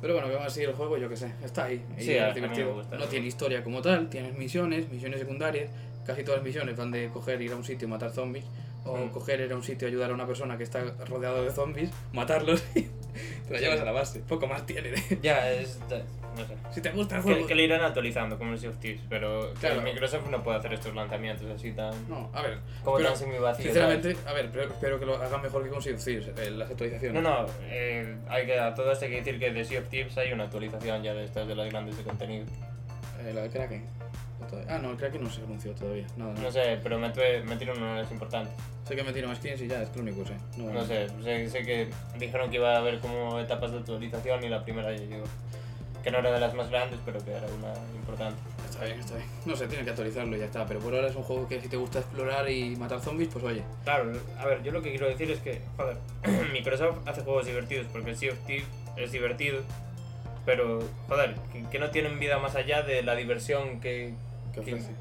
Speaker 1: Pero bueno, que aún así el juego, yo que sé, está ahí. y
Speaker 2: Sí,
Speaker 1: es
Speaker 2: a- a mí me
Speaker 1: divertido.
Speaker 2: gusta.
Speaker 1: No tiene historia como tal, tienes misiones, misiones secundarias. Casi todas las misiones van de coger, ir a un sitio y matar zombies. O
Speaker 2: Mm.
Speaker 1: coger, ir a un sitio y ayudar a una persona que está rodeada de zombies, matarlos y te la
Speaker 2: Sí.
Speaker 1: llevas a la base. Poco más tiene.
Speaker 2: Ya, es. No sé.
Speaker 1: si te gusta el
Speaker 2: Que,
Speaker 1: juego.
Speaker 2: que lo irán actualizando como el Sea of Thieves, pero que
Speaker 1: Claro.
Speaker 2: Microsoft no puede hacer estos lanzamientos así tan.
Speaker 1: No, a ver.
Speaker 2: como
Speaker 1: pero,
Speaker 2: tan semivacíos.
Speaker 1: sinceramente, a ver, pero espero que lo hagan mejor que con Sea of Thieves, eh, las actualizaciones.
Speaker 2: No, no, eh, hay que, a todo esto hay que decir que de Sea of Thieves hay una actualización ya de estas de las grandes de contenido.
Speaker 1: Eh, la de Kraken. O toda- Ah, no, el Kraken no se anunció todavía. Nada, nada.
Speaker 2: No sé, pero me tuve- metieron una de las importantes.
Speaker 1: Sé que me tiro más skins y ya, es lo único, sé. No,
Speaker 2: No sé, sé, sé que dijeron que iba a haber como etapas de actualización y la primera ya llegó. Que no era de las más grandes, pero que era una importante.
Speaker 1: Está bien, está bien. No sé, tienen que actualizarlo y ya está. Pero por ahora es un juego que si te gusta explorar y matar zombies, pues oye.
Speaker 2: Claro, a ver, yo lo que quiero decir es que, joder, Microsoft hace juegos divertidos porque el Sea of Thieves es divertido, pero, joder, que, que no tienen vida más allá de la diversión que,
Speaker 1: ¿Qué
Speaker 2: Sí.
Speaker 1: ofrece?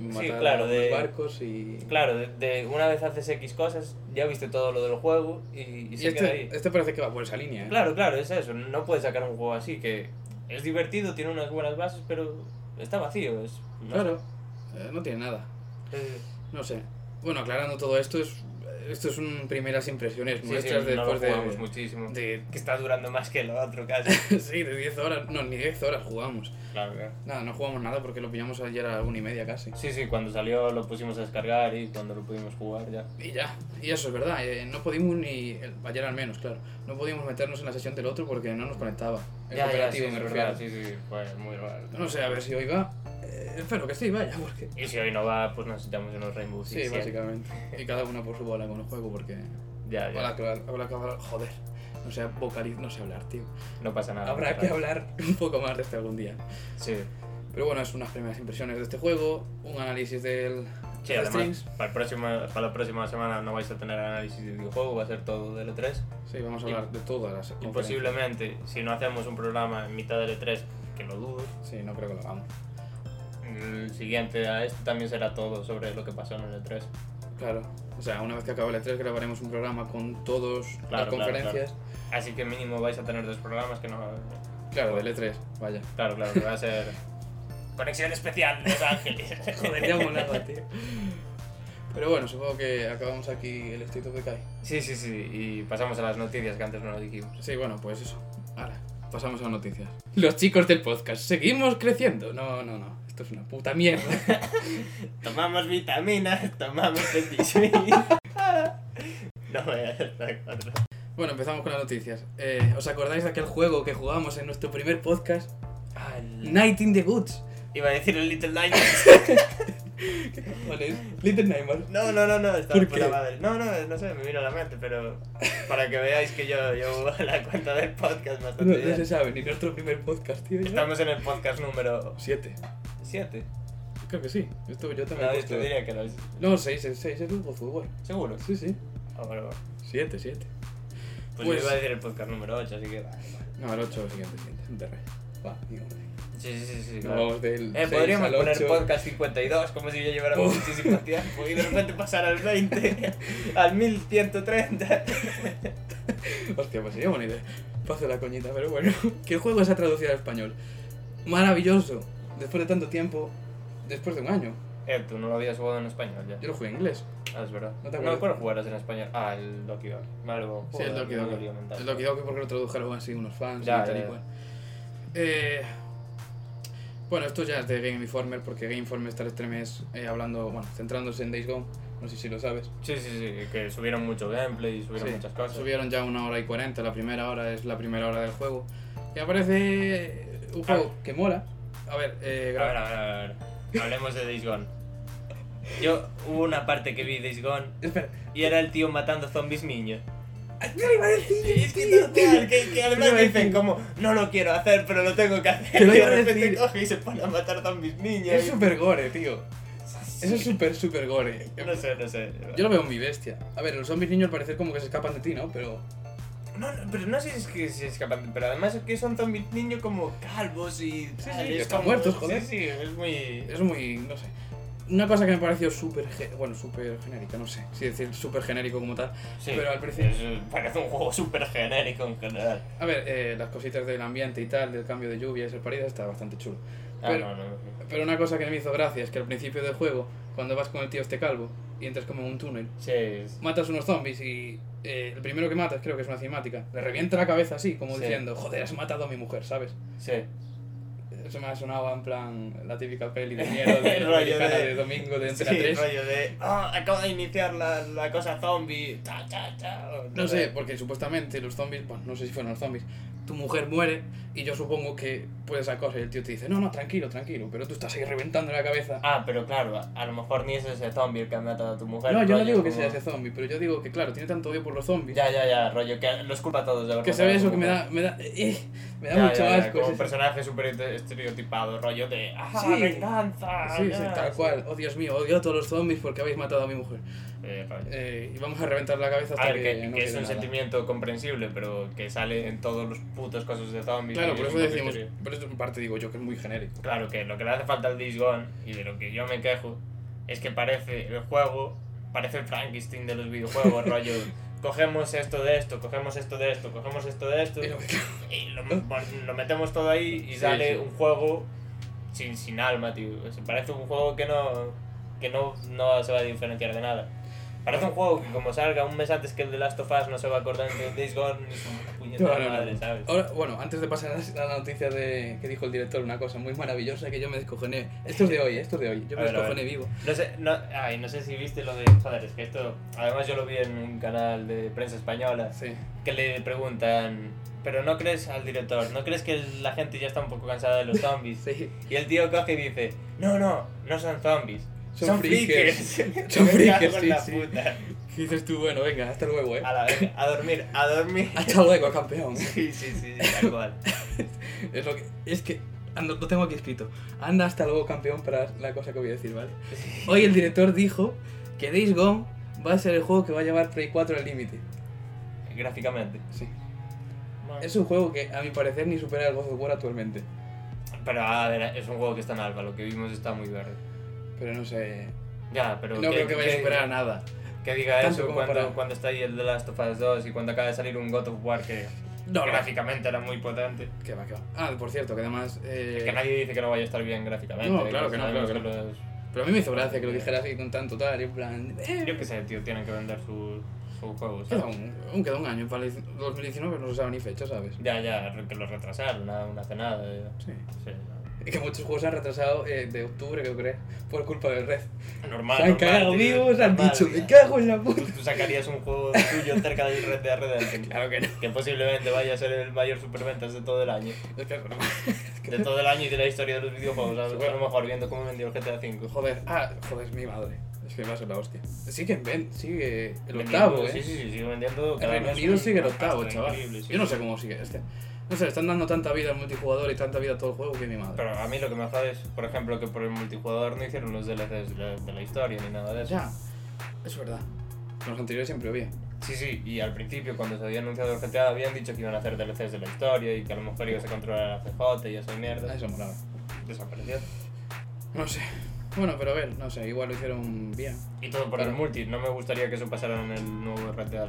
Speaker 1: Matar
Speaker 2: claro,
Speaker 1: a
Speaker 2: de-
Speaker 1: los barcos y.
Speaker 2: Claro, de, de una vez haces X cosas, ya viste todo lo del juego y, y
Speaker 1: Y
Speaker 2: se queda ahí.
Speaker 1: este, este parece que va por esa línea. ¿eh?
Speaker 2: Claro, claro, es eso. No puedes sacar un juego así que es divertido, tiene unas buenas bases, pero está vacío. Es, no
Speaker 1: Claro. Eh, no tiene nada.
Speaker 2: sé. Eh,
Speaker 1: No sé. Bueno, aclarando todo esto, es, esto es un primeras impresiones
Speaker 2: sí, sí,
Speaker 1: nuestras
Speaker 2: no lo
Speaker 1: después
Speaker 2: jugamos
Speaker 1: este de.
Speaker 2: muchísimo.
Speaker 1: de-
Speaker 2: Que está durando más que lo otro casi.
Speaker 1: sí, de 10 horas. No, ni 10 horas jugamos.
Speaker 2: claro, claro.
Speaker 1: Nada, no jugamos nada porque lo pillamos ayer a la una y media casi.
Speaker 2: Sí, sí, cuando salió lo pusimos a descargar y cuando lo pudimos jugar ya.
Speaker 1: Y ya, y eso es verdad, eh, no pudimos ni, el- ayer al menos, claro, no pudimos meternos en la sesión del otro porque no nos conectaba. El
Speaker 2: sí,
Speaker 1: cooperativo
Speaker 2: es
Speaker 1: me refiero.
Speaker 2: verdad, sí, sí, fue muy raro.
Speaker 1: No sé, a ver si hoy va. eh, espero que sí, vaya, porque...
Speaker 2: Y si hoy no va, pues necesitamos unos Rainbow
Speaker 1: Sí,
Speaker 2: Six Siege.
Speaker 1: básicamente. Y cada uno por su bola con el juego porque...
Speaker 2: Ya, ya.
Speaker 1: Hola, que habrá que hablar- Joder, no sé, vocaliz, no sé hablar, tío.
Speaker 2: No pasa nada.
Speaker 1: Habrá
Speaker 2: no
Speaker 1: que
Speaker 2: pasa nada.
Speaker 1: hablar un poco más de este algún día.
Speaker 2: Sí.
Speaker 1: Pero bueno, es unas primeras impresiones de este juego, un análisis del...
Speaker 2: Sí,
Speaker 1: del
Speaker 2: además,
Speaker 1: streams.
Speaker 2: para, el próximo, para la próxima semana no vais a tener análisis de videojuego, va a ser todo de E3.
Speaker 1: Sí, vamos a hablar de todas las...
Speaker 2: Y
Speaker 1: conferencias.
Speaker 2: posiblemente, si no hacemos un programa en mitad del E3, que lo dudo,
Speaker 1: Sí, no creo que lo hagamos.
Speaker 2: el siguiente a este también será todo sobre lo que pasó en el E3.
Speaker 1: Claro. O sea, una vez que acabe el E3 grabaremos un programa con todas las
Speaker 2: claro,
Speaker 1: conferencias.
Speaker 2: Así que mínimo vais a tener dos programas que no...
Speaker 1: Claro, del E3, vaya.
Speaker 2: Claro, claro, que va a ser... Conexión especial Los Ángeles.
Speaker 1: Joder, ya molaba, tío. Pero bueno, supongo que acabamos aquí el State of Decay.
Speaker 2: Sí, sí, sí, y pasamos a las noticias que antes no lo dijimos.
Speaker 1: Sí, bueno, pues eso. Ahora, pasamos a noticias. Los chicos del podcast, seguimos creciendo. No, no, no. Esto es una puta mierda.
Speaker 2: Tomamos vitaminas, tomamos petismil. no voy a estar cuatro.
Speaker 1: bueno, empezamos con las noticias. Eh, ¿Os acordáis de aquel juego que jugamos en nuestro primer podcast?
Speaker 2: Mm.
Speaker 1: Night in the Woods.
Speaker 2: Iba a decir el Little Nightmares.
Speaker 1: ¿Cuál es? Little Nightmare.
Speaker 2: No, no, no, no, está
Speaker 1: ¿Por
Speaker 2: de puta
Speaker 1: qué?
Speaker 2: madre. No, no, no sé, me vino a la mente, pero para que veáis que yo llevo la cuenta del podcast bastante
Speaker 1: No, no
Speaker 2: bien.
Speaker 1: se sabe, ni nuestro primer podcast, tío. ya.
Speaker 2: Estamos en el podcast número
Speaker 1: Siete.
Speaker 2: 7.
Speaker 1: Creo que sí. Esto yo también. he
Speaker 2: Nadie
Speaker 1: puesto-
Speaker 2: te diría que era el-
Speaker 1: No, 6, el 6 es grupo fútbol.
Speaker 2: ¿Seguro?
Speaker 1: Sí, sí.
Speaker 2: Ah, bueno, bueno.
Speaker 1: 7, 7.
Speaker 2: Pues,
Speaker 1: Pues-
Speaker 2: yo iba a decir el podcast número 8, así que... vale, vale.
Speaker 1: No, el 8 es el siguiente, siguiente. No te rayes. Va, digo.
Speaker 2: Sí, sí, sí, sí.
Speaker 1: Nos
Speaker 2: claro.
Speaker 1: vamos del.
Speaker 2: Eh,
Speaker 1: 6
Speaker 2: podríamos
Speaker 1: al
Speaker 2: poner
Speaker 1: 8.
Speaker 2: podcast 52, como si yo llevara
Speaker 1: Uf.
Speaker 2: muchísimo tiempo, y de repente pasar al 20, al 1130.
Speaker 1: Hostia, pues sería buena idea. Paso la coñita, pero bueno. ¿Qué juego se ha traducido al español? Maravilloso. Después de tanto tiempo. Después de un año.
Speaker 2: Eh, tú no lo habías jugado en español ya.
Speaker 1: Yo lo jugué en inglés.
Speaker 2: Ah, es verdad.
Speaker 1: ¿No te
Speaker 2: No, te
Speaker 1: acuerdas?
Speaker 2: acuerdas jugar en español. Ah, el Doki Doki. Vale, bueno,
Speaker 1: Sí, el
Speaker 2: joder,
Speaker 1: Doki
Speaker 2: me
Speaker 1: Doki.
Speaker 2: dolía mental.
Speaker 1: El Doki Doki porque lo tradujeron así unos fans
Speaker 2: Ya,
Speaker 1: y tal
Speaker 2: ya,
Speaker 1: y
Speaker 2: ya.
Speaker 1: cual. Eh, bueno, esto ya es de Game Informer porque Game Informer está este mes eh, hablando, bueno, centrándose en Days Gone. No sé si lo sabes.
Speaker 2: Sí, sí, sí, que subieron mucho gameplay, subieron
Speaker 1: Sí,
Speaker 2: muchas cosas.
Speaker 1: Subieron ya una hora y cuarenta, la primera hora es la primera hora del juego. Y aparece eh, un juego que mola. A ver, eh,
Speaker 2: A
Speaker 1: gra-
Speaker 2: ver, a ver, a ver. Hablemos de Days Gone. Yo hubo una parte que vi Days Gone
Speaker 1: Espera,
Speaker 2: y era el tío matando zombies niños.
Speaker 1: yo lo iba a decir,
Speaker 2: Es que
Speaker 1: tío,
Speaker 2: total, que, que
Speaker 1: Yo
Speaker 2: además
Speaker 1: iba a
Speaker 2: dicen
Speaker 1: decir-
Speaker 2: como, no lo quiero hacer, pero lo tengo que hacer.
Speaker 1: Te lo
Speaker 2: y
Speaker 1: iba a
Speaker 2: de repente
Speaker 1: decir.
Speaker 2: coge y se pone a matar zombies niños.
Speaker 1: Es super gore, tío. Eso es super, super gore.
Speaker 2: No sé, no sé.
Speaker 1: Yo lo veo muy bestia. A ver, los zombies niños al parecer como que se escapan de ti, ¿no? Pero
Speaker 2: No, no, pero no sé si es que se escapan, pero además es que son zombies niños como calvos y...
Speaker 1: sí,
Speaker 2: tal,
Speaker 1: que
Speaker 2: es
Speaker 1: están
Speaker 2: como-
Speaker 1: muertos, joder.
Speaker 2: Sí, sí, es muy...
Speaker 1: es muy, no sé. Una cosa que me pareció súper, ge- bueno, súper genérica, no sé si decir súper genérico como tal.
Speaker 2: Sí,
Speaker 1: Pero al principio-
Speaker 2: es- parece un juego súper genérico en general.
Speaker 1: A ver, eh, las cositas del ambiente y tal, del cambio de lluvia y esas paridas, está bastante chulo.
Speaker 2: Ah,
Speaker 1: Pero-
Speaker 2: no, no, no.
Speaker 1: Pero una cosa que me hizo gracia es que al principio del juego, cuando vas con el tío este calvo y entras como en un túnel,
Speaker 2: Sí, es-
Speaker 1: matas unos zombies y eh, el primero que matas, creo que es una cinemática, le revienta la cabeza así, como
Speaker 2: Sí.
Speaker 1: diciendo, joder, has matado a mi mujer, ¿sabes?
Speaker 2: sí.
Speaker 1: Eso me ha sonado en plan la típica peli de mierda de,
Speaker 2: El rollo
Speaker 1: americana
Speaker 2: de-
Speaker 1: de domingo de entre
Speaker 2: Sí,
Speaker 1: a tres.
Speaker 2: rollo de. "Ah, acabo de iniciar la, la cosa zombie. Cha, cha, cha", o
Speaker 1: No sé, porque supuestamente los zombies, bueno, no sé si fueron los zombies, tu mujer muere y yo supongo que puedes esa cosa y el tío te dice, no, no, tranquilo, tranquilo, pero tú estás ahí reventando la cabeza.
Speaker 2: Ah, pero claro, a, a lo mejor ni es ese zombie el que ha matado a tu mujer.
Speaker 1: no, yo no
Speaker 2: rollo
Speaker 1: digo que
Speaker 2: como-
Speaker 1: sea ese zombie, pero yo digo que, claro, tiene tanto odio por los zombies.
Speaker 2: Ya, ya, ya, rollo, que los culpa a todos de haber
Speaker 1: que se
Speaker 2: matado
Speaker 1: ve
Speaker 2: a tu
Speaker 1: eso que me
Speaker 2: mujer.
Speaker 1: da, me da, eh, me da
Speaker 2: Ya,
Speaker 1: mucho
Speaker 2: ya, ya,
Speaker 1: asco.
Speaker 2: Como
Speaker 1: es
Speaker 2: un
Speaker 1: eso.
Speaker 2: personaje súper est- estereotipado, rollo de. ¡Ah,
Speaker 1: Sí.
Speaker 2: venganza!
Speaker 1: Sí,
Speaker 2: ya",
Speaker 1: sí, tal
Speaker 2: sí.
Speaker 1: cual. Oh, Dios mío, odio a todos los zombies porque habéis matado a mi mujer.
Speaker 2: Eh, rollo.
Speaker 1: Eh, y vamos a reventar la cabeza hasta
Speaker 2: A ver, que,
Speaker 1: no
Speaker 2: que es
Speaker 1: quede
Speaker 2: un
Speaker 1: nada.
Speaker 2: sentimiento comprensible, pero que sale en todos los putos casos de zombies.
Speaker 1: Claro,
Speaker 2: y
Speaker 1: por
Speaker 2: es
Speaker 1: eso
Speaker 2: un poco
Speaker 1: decimos,
Speaker 2: estéreo.
Speaker 1: por eso en parte digo yo que es muy genérico.
Speaker 2: Claro, que lo que le hace falta al Days Gone, y de lo que yo me quejo, es que parece el juego, parece el Frankenstein de los videojuegos, rollo. Cogemos esto de esto, cogemos esto de esto, cogemos esto de esto,
Speaker 1: Y lo que-
Speaker 2: y lo, lo metemos todo ahí y
Speaker 1: Sí,
Speaker 2: sale
Speaker 1: sí.
Speaker 2: un juego sin, sin alma, tío. O sea, parece un juego que no, que no, no se va a diferenciar de nada. Parece un juego que como salga un mes antes que el de Last of Us no se va a acordar de Days Gone ni su
Speaker 1: No,
Speaker 2: puñetera
Speaker 1: no, no.
Speaker 2: madre, ¿sabes?
Speaker 1: Ahora, bueno, antes de pasar a la noticia de que dijo el director una cosa muy maravillosa que yo me descojoné. Esto es de hoy, esto es de hoy. Yo
Speaker 2: A
Speaker 1: me
Speaker 2: ver, a ver.
Speaker 1: descojoné vivo.
Speaker 2: No sé, no, ay, no sé si viste lo de... Joder, es que esto... Además yo lo vi en un canal de prensa española
Speaker 1: Sí.
Speaker 2: que le preguntan... Pero no crees al director, ¿no crees que la gente ya está un poco cansada de los zombies?
Speaker 1: Sí.
Speaker 2: Y el tío coge y dice, no, no, no son zombies.
Speaker 1: Son
Speaker 2: Son,
Speaker 1: freakers".
Speaker 2: freakers.
Speaker 1: Son
Speaker 2: Me cago
Speaker 1: freakers,
Speaker 2: en
Speaker 1: sí,
Speaker 2: la
Speaker 1: sí.
Speaker 2: puta.
Speaker 1: Y dices tú, bueno, venga, hasta luego, eh.
Speaker 2: A la verga, a dormir, a dormir.
Speaker 1: Hasta luego, campeón.
Speaker 2: Sí, sí, sí, sí, tal cual.
Speaker 1: Es, lo que, es que ah, no- lo tengo aquí escrito. Anda hasta luego, campeón, para la cosa que voy a decir, ¿vale? Hoy el director dijo que Days Gone va a ser el juego que va a llevar Play 4 al límite.
Speaker 2: Gráficamente.
Speaker 1: Sí. Es un juego que, a mi parecer, ni supera el God of War actualmente.
Speaker 2: Pero a ver, es un juego que está en alfa, lo que vimos está muy verde.
Speaker 1: Pero no sé.
Speaker 2: Ya, pero...
Speaker 1: No creo que vaya a superar nada.
Speaker 2: Que diga
Speaker 1: Tanto
Speaker 2: eso
Speaker 1: como
Speaker 2: cuando,
Speaker 1: para-
Speaker 2: cuando está ahí el The Last of Us 2 y cuando acaba de salir un God of War que
Speaker 1: No, no.
Speaker 2: gráficamente era muy potente.
Speaker 1: Que va, que va. Ah, por cierto, que además. eh,
Speaker 2: Es que nadie dice que no vaya a estar bien gráficamente.
Speaker 1: No, claro que no,
Speaker 2: sabemos
Speaker 1: claro que
Speaker 2: los-
Speaker 1: Pero a mí me hizo gracia que lo dijeras así con tanto tal, y en plan. eh,
Speaker 2: Eh. Yo qué sé, tío, tienen que vender su, su juego. ¿sabes?
Speaker 1: queda un- aún queda un año, para el 2019 no se sabe ni fecha, ¿sabes?
Speaker 2: Ya, ya, re- que lo retrasaron, una, una cenada. eh,
Speaker 1: Sí.
Speaker 2: sí, no.
Speaker 1: Es que muchos juegos se han retrasado eh, de octubre, creo que es, por culpa del Red.
Speaker 2: Normal.
Speaker 1: se han
Speaker 2: normal,
Speaker 1: cagado
Speaker 2: tío,
Speaker 1: vivos, han
Speaker 2: normal,
Speaker 1: dicho,
Speaker 2: tío.
Speaker 1: me cago en la puta.
Speaker 2: Tú, tú sacarías un juego tuyo cerca del Red Dead Redemption.
Speaker 1: Claro que no.
Speaker 2: Que posiblemente vaya a ser el mayor superventas de todo el año.
Speaker 1: Es que es broma.
Speaker 2: De todo el año y de la historia de los videojuegos. A a lo mejor viendo cómo vendió el GTA V.
Speaker 1: Joder, ah, joder, es mi madre. Es que va a ser la hostia. Siguen, ven, sigue el
Speaker 2: Vendiendo-
Speaker 1: octavo, eh.
Speaker 2: Sí, sí, sí, sigo vendiendo.
Speaker 1: El
Speaker 2: cada
Speaker 1: Reino
Speaker 2: mes
Speaker 1: Unido
Speaker 2: un-
Speaker 1: sigue el
Speaker 2: una
Speaker 1: octavo,
Speaker 2: pasta
Speaker 1: chaval.
Speaker 2: increíble, sí,
Speaker 1: Yo no
Speaker 2: sí.
Speaker 1: sé cómo sigue este. No sé, le están dando tanta vida al multijugador y tanta vida a todo el juego que mi madre.
Speaker 2: Pero a mí lo que me jode es, por ejemplo, que por el multijugador no hicieron los DLCs de la, de la historia ni nada de eso.
Speaker 1: Ya, es verdad. Con los anteriores siempre había.
Speaker 2: Sí, sí, y al principio cuando se había anunciado el GTA habían dicho que iban a hacer DLCs de la historia y que a lo mejor ibas a controlar a CJ y esa
Speaker 1: Ah,
Speaker 2: mierda.
Speaker 1: Eso molaba.
Speaker 2: Desapareció.
Speaker 1: No sé. Bueno, pero a ver, no sé, igual lo hicieron bien.
Speaker 2: Y todo por
Speaker 1: Claro.
Speaker 2: el multi, no me gustaría que eso pasara en el nuevo Red Dead,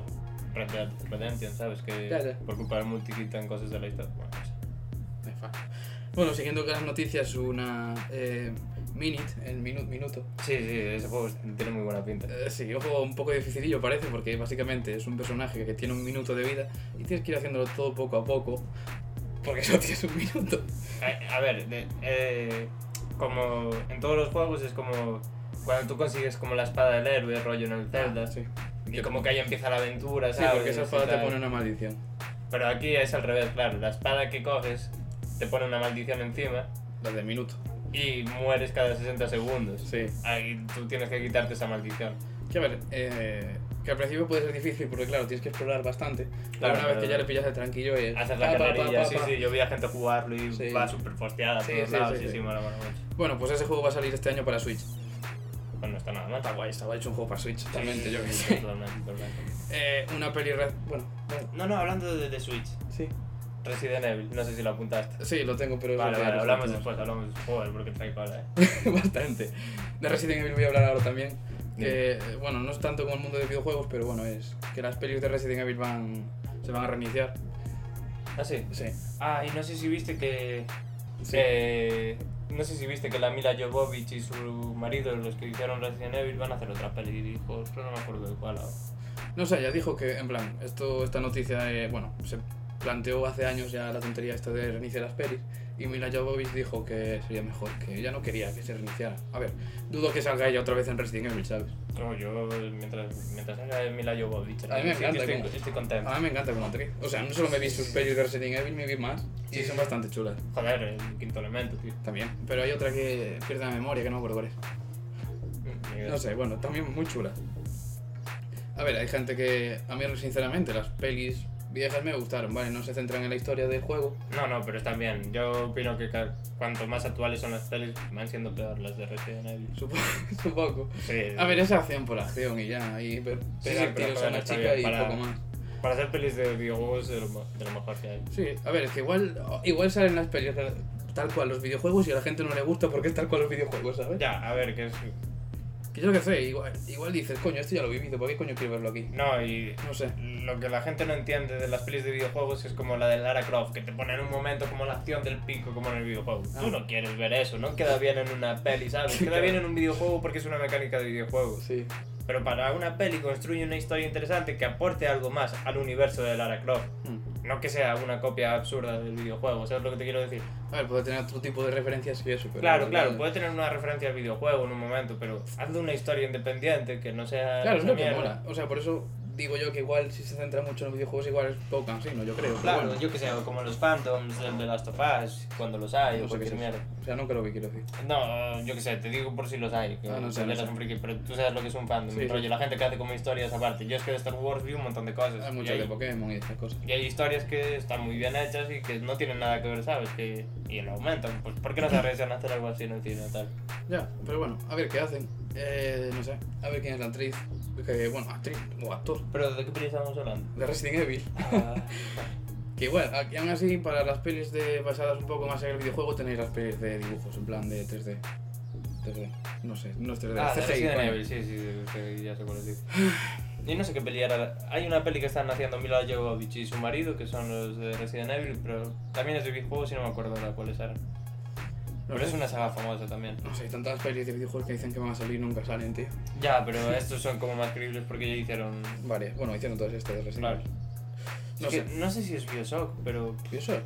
Speaker 2: Red Dead Redemption, ¿sabes? Que
Speaker 1: Ya, ya.
Speaker 2: por culpa del multi quitan cosas de la historia. Bueno, no sé.
Speaker 1: Me fa- Bueno, siguiendo con las noticias, una eh, Minute, el minu- minuto.
Speaker 2: Sí, sí, ese juego tiene muy buena pinta.
Speaker 1: Eh, sí, un juego un poco dificilillo parece, porque básicamente es un personaje que tiene un minuto de vida y tienes que ir haciéndolo todo poco a poco, porque solo tienes un minuto.
Speaker 2: Eh, a ver, de- eh, como en todos los juegos es como cuando tú consigues como la espada del héroe, rollo en el Zelda,
Speaker 1: Ah, Sí, Ah,
Speaker 2: y como que ahí empieza la aventura,
Speaker 1: Sí,
Speaker 2: ¿sabes?
Speaker 1: porque esa espada
Speaker 2: Y tal.
Speaker 1: te pone una maldición.
Speaker 2: Pero aquí es al revés, claro, la espada que coges te pone una maldición encima
Speaker 1: La de minuto.
Speaker 2: y mueres cada 60 segundos.
Speaker 1: Sí.
Speaker 2: Ahí tú tienes que quitarte esa maldición.
Speaker 1: Que a ver, eh, que al principio puede ser difícil, porque claro, tienes que explorar bastante. Pero
Speaker 2: Claro,
Speaker 1: una vez
Speaker 2: pero-
Speaker 1: que ya le pillas el tranquillo es...
Speaker 2: Haces la
Speaker 1: pa, pa, pa,
Speaker 2: carrerilla,
Speaker 1: pa,
Speaker 2: sí,
Speaker 1: pa.
Speaker 2: sí, yo vi a gente jugarlo y
Speaker 1: Sí.
Speaker 2: va súper posteada
Speaker 1: Sí,
Speaker 2: por todos
Speaker 1: sí,
Speaker 2: lados,
Speaker 1: sí,
Speaker 2: sí, sí,
Speaker 1: sí.
Speaker 2: mola, mola mucho.
Speaker 1: Bueno, pues ese juego va a salir este año para Switch.
Speaker 2: Pues no está nada mal.
Speaker 1: Está guay, está guay, es un juego para Switch, totalmente,
Speaker 2: Sí,
Speaker 1: yo que
Speaker 2: sí,
Speaker 1: sé.
Speaker 2: totalmente, totalmente.
Speaker 1: Eh, una peli... re- Bueno, bueno,
Speaker 2: No, no, hablando de, de Switch,
Speaker 1: sí.
Speaker 2: Resident Evil, no sé si lo apuntaste.
Speaker 1: Sí, lo tengo, pero...
Speaker 2: Vale,
Speaker 1: eso ya
Speaker 2: vale,
Speaker 1: lo
Speaker 2: hablamos
Speaker 1: tengo.
Speaker 2: después, hablamos después. Joder, porque trae cola, eh.
Speaker 1: Bastante. De Resident Evil voy a hablar ahora también. Que, eh, bueno, no es tanto como el mundo de videojuegos, pero bueno, es que las pelis de Resident Evil van, se van a reiniciar.
Speaker 2: Ah, sí.
Speaker 1: Sí.
Speaker 2: Ah, y no sé si viste que.
Speaker 1: Sí.
Speaker 2: eh, no sé si viste que la Mila Jovovich y su marido, los que hicieron Resident Evil, van a hacer otra peli. Y dijo, "Ostras, no me acuerdo de cuál. ahora".
Speaker 1: No sé, ya dijo que, en plan, esto, esta noticia, eh, bueno, se planteó hace años ya la tontería esta de reiniciar las pelis. Y Mila Jovovich dijo que sería mejor, que ella no quería que se reiniciara. A ver, dudo que salga ella otra vez en Resident Evil, ¿sabes?
Speaker 2: No, yo, mientras, mientras era de Mila Jovovich,
Speaker 1: A mí me
Speaker 2: sí
Speaker 1: encanta
Speaker 2: que
Speaker 1: Ah.
Speaker 2: estoy,
Speaker 1: cómo-
Speaker 2: estoy contento.
Speaker 1: A mí me encanta como actriz. O sea, no solo me vi sus pelis de Resident Evil, me vi más. Y
Speaker 2: Sí,
Speaker 1: son
Speaker 2: sí.
Speaker 1: bastante chulas.
Speaker 2: Joder, el quinto elemento, tío.
Speaker 1: También. Pero hay otra que pierde la memoria, que no me acuerdo cuál es.
Speaker 2: Mm, ni idea.
Speaker 1: No sé, bueno, también muy chula. A ver, hay gente que. A mí, sinceramente, las pelis viejas me gustaron, ¿vale? No se centran en la historia del juego.
Speaker 2: No, no, pero están bien. Yo opino que ca- cuanto más actuales son las pelis, van siendo peor las de Resident Evil.
Speaker 1: Supongo. supongo.
Speaker 2: Sí,
Speaker 1: A ver, es acción por acción y ya. Y pe-
Speaker 2: Sí,
Speaker 1: pegar
Speaker 2: sí, pero
Speaker 1: tiros a
Speaker 2: joder,
Speaker 1: una
Speaker 2: está
Speaker 1: chica
Speaker 2: bien,
Speaker 1: y
Speaker 2: para-
Speaker 1: poco más.
Speaker 2: para hacer pelis de videojuegos de lo, mo- de lo mejor que hay.
Speaker 1: Sí, a ver, es que igual, igual salen las pelis tal cual los videojuegos y a la gente no le gusta porque es tal cual los videojuegos, ¿sabes?
Speaker 2: Ya, a ver, que es...
Speaker 1: Que yo lo que sé, igual, igual dices, coño, esto ya lo he vivido, ¿por qué coño quiero verlo aquí?
Speaker 2: No, y
Speaker 1: No sé.
Speaker 2: lo que la gente no entiende de las pelis de videojuegos es como la de Lara Croft, que te pone en un momento como la acción del pico, como en el videojuego.
Speaker 1: Ah.
Speaker 2: Tú no quieres ver eso, no queda bien en una peli, ¿sabes?
Speaker 1: Sí,
Speaker 2: Queda
Speaker 1: claro.
Speaker 2: bien en un videojuego porque es una mecánica de videojuegos.
Speaker 1: Sí.
Speaker 2: Pero para una peli construye una historia interesante que aporte algo más al universo de Lara Croft.
Speaker 1: Hmm.
Speaker 2: No que sea una copia absurda del videojuego, ¿sabes lo que te quiero decir?
Speaker 1: A ver, puede tener otro tipo de referencias y eso, pero.
Speaker 2: claro, claro,
Speaker 1: igual-
Speaker 2: puede tener una referencia al videojuego en un momento, pero hazle una historia independiente que no sea.
Speaker 1: Claro, es
Speaker 2: esa
Speaker 1: lo que
Speaker 2: mierda.
Speaker 1: mola. O sea, por eso digo yo que igual si se centra mucho en los videojuegos, igual es poco cansino, yo creo. pero
Speaker 2: Claro,
Speaker 1: bueno.
Speaker 2: yo que sé, o como los Phantoms, el de Last of Us, cuando los hay,
Speaker 1: No
Speaker 2: o
Speaker 1: sé qué es
Speaker 2: cualquier mierda.
Speaker 1: eso. O sea, no creo que quiero decir.
Speaker 2: No, yo que sé, te digo por si los hay, que
Speaker 1: Ah, no sé,
Speaker 2: tú
Speaker 1: no
Speaker 2: eres
Speaker 1: sé.
Speaker 2: un friki, pero tú sabes lo que es un fandom,
Speaker 1: Sí, sí.
Speaker 2: rollo, la gente que hace como historias aparte. Yo es que de Star Wars vi un montón de cosas.
Speaker 1: Hay
Speaker 2: y,
Speaker 1: mucho de
Speaker 2: hay,
Speaker 1: Pokémon Pues, y esas cosas.
Speaker 2: y hay historias que están muy bien hechas y que no tienen nada que ver, ¿sabes? Que, y lo aumentan. Pues, ¿Por qué no se arriesgan a hacer algo así en el cine o tal?
Speaker 1: Ya, pero bueno, a ver qué hacen. Eh, no sé, a ver quién es la actriz. Que, bueno, actriz o actor
Speaker 2: Pero ¿de qué peli estamos hablando?
Speaker 1: de Resident Evil.
Speaker 2: Ah,
Speaker 1: Que igual, aquí, aún así, para las pelis de, basadas un poco más en el videojuego, tenéis las pelis de dibujos, en plan de 3D. 3D. No sé, no es 3D.
Speaker 2: ah, de
Speaker 1: CGI,
Speaker 2: Resident
Speaker 1: coño.
Speaker 2: Evil, sí, sí, sí, sí, ya sé cuál es. sí. Y no sé qué peli era. Hay una peli que están haciendo Mila Jovovich y su marido, que son los de Resident Evil, pero también es de videojuegos y no me acuerdo ahora cuáles eran.
Speaker 1: No
Speaker 2: Pero es
Speaker 1: sé,
Speaker 2: una saga famosa también.
Speaker 1: no sé, hay tantas pelis de videojuegos que dicen que van a salir y nunca salen, tío.
Speaker 2: Ya, pero estos son como más creíbles porque ya hicieron.
Speaker 1: Varias, bueno, hicieron todas estas de Resident
Speaker 2: Claro.
Speaker 1: Evil.
Speaker 2: No
Speaker 1: No
Speaker 2: sé.
Speaker 1: sé.
Speaker 2: no sé si es Bioshock, pero
Speaker 1: Bioshock.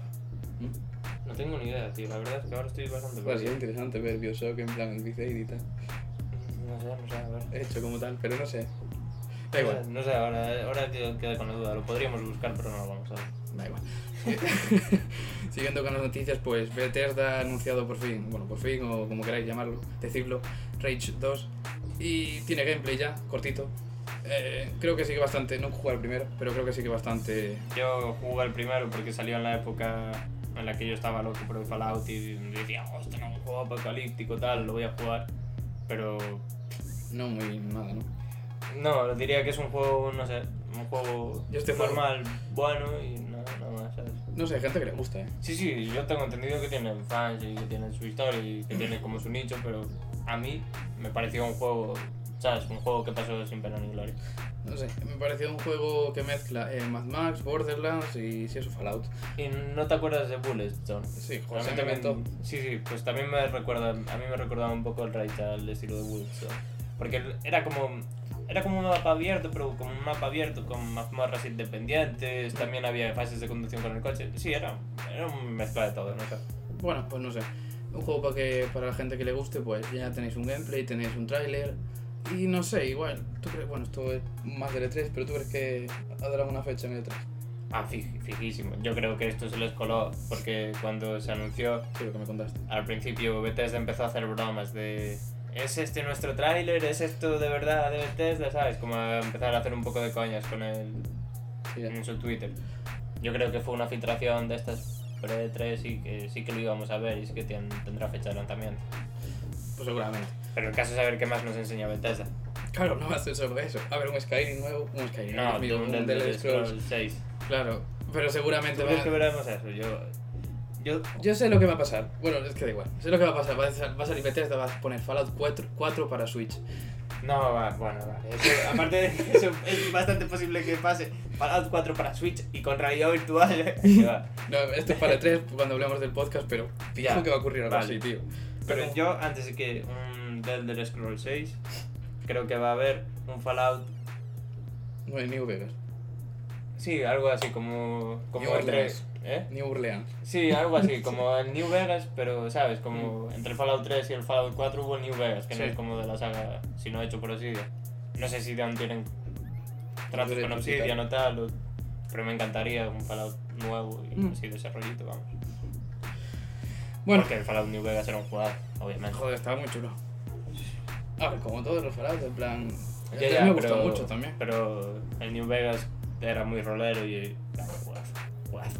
Speaker 1: Mm.
Speaker 2: no tengo ni idea, tío. La verdad es que ahora estoy bastante
Speaker 1: Bueno, sería
Speaker 2: perdido.
Speaker 1: interesante ver Bioshock en plan el Big y tal.
Speaker 2: No sé, no sé, a ver.
Speaker 1: Hecho como tal, pero no sé. Da igual,
Speaker 2: No sé, ahora, ahora tío, queda con la duda. Lo podríamos buscar, pero no lo vamos a ver.
Speaker 1: da igual. Siguiendo con las noticias, pues Bethesda ha anunciado por fin, bueno, por fin o como queráis llamarlo, decirlo, Rage 2. Y tiene gameplay ya, cortito. Eh, creo que sigue bastante, no jugué al primero, pero creo que sigue bastante...
Speaker 2: Yo jugué el primero porque salió en la época en la que yo estaba loco por el Fallout y decía, hostia, un juego apocalíptico tal, lo voy a jugar. Pero
Speaker 1: No muy nada, ¿no?
Speaker 2: no, diría que es un juego, no sé, un juego
Speaker 1: Yo este juego-
Speaker 2: normal, bueno y nada, nada más, ¿sabes?
Speaker 1: No sé, hay gente que le gusta, ¿eh?
Speaker 2: Sí, sí, yo tengo entendido que tiene fans y que tiene su historia y que tiene como su nicho, pero a mí me pareció un juego, ¿sabes? Un juego que pasó sin pena ni gloria.
Speaker 1: No sé, me pareció un juego que mezcla eh, Mad Max, Borderlands y si eso Fallout.
Speaker 2: ¿Y no te acuerdas de Bulletstorm?
Speaker 1: Sí,
Speaker 2: A
Speaker 1: joder,
Speaker 2: mí
Speaker 1: se
Speaker 2: también-
Speaker 1: inventó.
Speaker 2: sí, sí, pues también me recuerda, a mí me recordaba un poco el Raid al estilo de Wolfstone. Porque era como, era como un mapa abierto, pero como un mapa abierto con mazmorras independientes, también había fases de conducción con el coche. Sí, era, era un mezcla de todo, no sé.
Speaker 1: Bueno, pues no sé. Un juego para que para la gente que le guste, pues ya tenéis un gameplay, tenéis un tráiler y no sé, igual. ¿Tú crees, bueno, esto es más del E3, pero tú crees que dará una fecha en E el E3?
Speaker 2: Ah, fij- fijísimo. Yo creo que esto se les coló, porque cuando se anunció,
Speaker 1: Sí, lo que me contaste.
Speaker 2: al principio Bethesda empezó a hacer bromas de... ¿Es este nuestro tráiler? ¿Es esto de verdad de Bethesda? ¿Sabes? Como a empezar a hacer un poco de coñas con el,
Speaker 1: Sí, ya.
Speaker 2: en su Twitter. Yo creo que fue una filtración de estas pre-3 y que sí que lo íbamos a ver y sí que tien- tendrá fecha de lanzamiento.
Speaker 1: Pues seguramente.
Speaker 2: Pero el caso es saber qué más nos enseña Bethesda.
Speaker 1: Claro, no va a ser solo eso. A ver, un Skyrim nuevo, un Skyrim
Speaker 2: No,
Speaker 1: amigo,
Speaker 2: de un Elder Scrolls 6.
Speaker 1: Claro, Pero seguramente
Speaker 2: ¿Tú
Speaker 1: va
Speaker 2: crees que
Speaker 1: a...
Speaker 2: veremos eso? Yo, yo
Speaker 1: Yo sé lo que va a pasar. Bueno, es que da igual. Sé lo que va a pasar. Va a, sa- va a salir Bethesda, va a poner Fallout 4, 4 para Switch.
Speaker 2: No, va, bueno, vale. Eso- aparte de que eso, es bastante posible que pase Fallout 4 para Switch y con realidad virtual. ¿eh? que va.
Speaker 1: No, esto es para el 3 cuando hablemos del podcast, pero fijo
Speaker 2: Ya,
Speaker 1: que va a ocurrir algo
Speaker 2: vale.
Speaker 1: así, tío.
Speaker 2: Pero yo, antes de que un The Elder Scrolls 6, creo que va a haber un Fallout.
Speaker 1: No hay New Vegas.
Speaker 2: Sí, algo así como.
Speaker 1: New
Speaker 2: como entre,
Speaker 1: Orleans.
Speaker 2: ¿eh?
Speaker 1: New Orleans.
Speaker 2: Sí, algo así, como el New Vegas, pero sabes, como entre el Fallout 3 y el Fallout 4 hubo el New Vegas, que
Speaker 1: Sí.
Speaker 2: no es como de la saga, sino hecho por Obsidian. No sé si aún tienen tratos
Speaker 1: Derechos
Speaker 2: con
Speaker 1: y
Speaker 2: Obsidian
Speaker 1: tal.
Speaker 2: o tal, o- pero me encantaría un Fallout nuevo y
Speaker 1: Mm.
Speaker 2: así desarrollito, vamos.
Speaker 1: Bueno,
Speaker 2: Porque el Fallout New Vegas era un jugador, obviamente.
Speaker 1: joder, estaba muy chulo. A ver, como todos los Fallout, en plan. el
Speaker 2: Ya,
Speaker 1: tres
Speaker 2: ya,
Speaker 1: este me gustó
Speaker 2: pero-
Speaker 1: mucho también.
Speaker 2: Pero el New Vegas era muy rolero y era un juegazo, juegazo.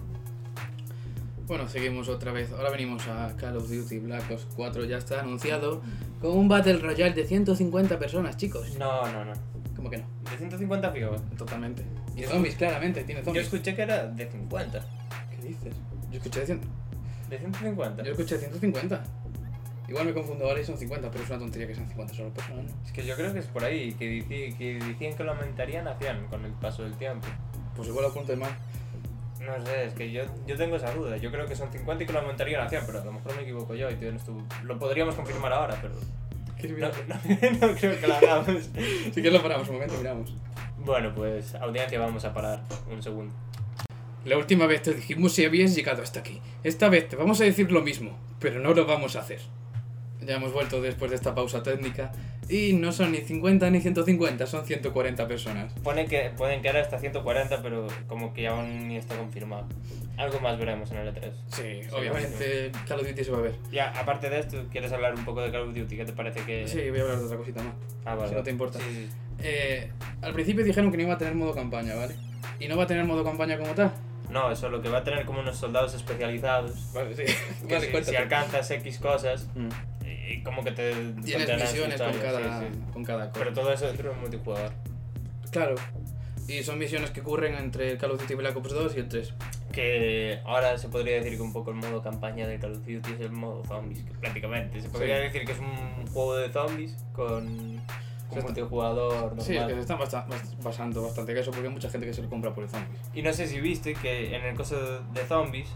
Speaker 1: Bueno, seguimos otra vez. Ahora venimos a Call of Duty Black Ops 4. Ya está anunciado con un Battle Royale de 150 personas, chicos.
Speaker 2: No, no, no.
Speaker 1: ¿Cómo que no?
Speaker 2: De 150 fijo.
Speaker 1: Totalmente. Y zombies, claramente, tiene
Speaker 2: Yo
Speaker 1: zombies.
Speaker 2: escuché que era de 50.
Speaker 1: ¿Qué dices? Yo escuché, cien-
Speaker 2: De 150.
Speaker 1: yo escuché 150. Igual me confundo ahora y son 50, pero es una tontería que sean 50 solo personas, ¿no?
Speaker 2: Es que yo creo que es por ahí, que, dici- que decían que lo aumentarían a 100 con el paso del tiempo.
Speaker 1: Pues igual apunto de más.
Speaker 2: No sé, es que yo, yo tengo esa duda. Yo creo que son 50 y que lo aumentarían a 100, pero a lo mejor me equivoco yo y tienes tú... Lo podríamos confirmar ahora, pero no, no- no creo que lo hagamos.
Speaker 1: Si quieres lo paramos un momento, miramos.
Speaker 2: bueno, pues audiencia vamos a parar un segundo.
Speaker 1: La última vez te dijimos si habías llegado hasta aquí. Esta vez te vamos a decir lo mismo, pero no lo vamos a hacer. Ya hemos vuelto después de esta pausa técnica y no son ni 50 ni 150, son 140 personas.
Speaker 2: Pone que pueden quedar hasta 140, pero como que aún ni está confirmado. Algo más veremos en el E3.
Speaker 1: Sí, obviamente Call of Duty se va a ver.
Speaker 2: Ya, aparte de esto, ¿quieres hablar un poco de Call of Duty? ¿Qué te parece que...?
Speaker 1: Sí, voy a hablar de otra cosita más.
Speaker 2: Ah, vale.
Speaker 1: si no te importa.
Speaker 2: Sí, sí, sí.
Speaker 1: Eh, al principio dijeron que no iba a tener modo campaña, ¿vale? Y no va a tener modo campaña como tal.
Speaker 2: No, eso lo que va a tener como unos soldados especializados.
Speaker 1: Vale, sí.
Speaker 2: que si- si, alcanzas X cosas,
Speaker 1: Mm.
Speaker 2: eh, como que te...
Speaker 1: Tienes
Speaker 2: contarán su
Speaker 1: misiones con
Speaker 2: historia,
Speaker 1: cada,
Speaker 2: sí, sí.
Speaker 1: con cada cosa.
Speaker 2: Pero todo eso dentro de un multijugador.
Speaker 1: Claro. Y son misiones que ocurren entre el Call of Duty Black Ops 2 y el 3.
Speaker 2: Que ahora se podría decir que un poco el modo campaña de Call of Duty es el modo zombies, que prácticamente. Se podría
Speaker 1: Sí.
Speaker 2: decir que es un juego de zombies con...
Speaker 1: Se
Speaker 2: con
Speaker 1: está-
Speaker 2: multijugador normal.
Speaker 1: Sí, es que se están basta- bas- basando bastante en eso porque hay mucha gente que se lo compra por el zombie.
Speaker 2: Y no sé si viste que en el caso de zombies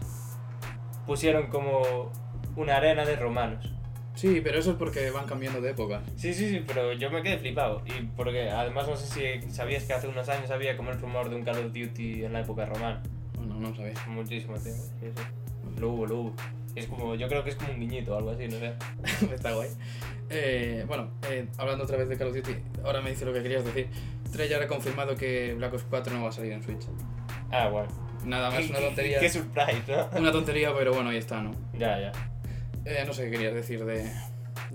Speaker 2: pusieron como una arena de romanos.
Speaker 1: Sí, pero eso es porque van cambiando de época.
Speaker 2: Sí, sí, sí, pero yo me quedé flipado. Y porque además no sé si sabías que hace unos años había como el rumor de un Call of Duty en la época romana.
Speaker 1: Bueno, no lo sabéis.
Speaker 2: Muchísimo tiempo. Sí, sí. Lo hubo, lo hubo. Es como, yo creo que es como un guiñito o algo así, no sé.
Speaker 1: Está guay. Eh, bueno, eh, hablando otra vez de Call of Duty, ahora me dice lo que querías decir. 3 ya ha confirmado que Black Ops 4 no va a salir en Switch.
Speaker 2: Ah, bueno.
Speaker 1: Nada más, una tontería.
Speaker 2: Qué surprise, ¿no?
Speaker 1: Una tontería, pero bueno, ahí está, ¿no?
Speaker 2: Ya, ya.
Speaker 1: Eh, no sé qué querías decir de, de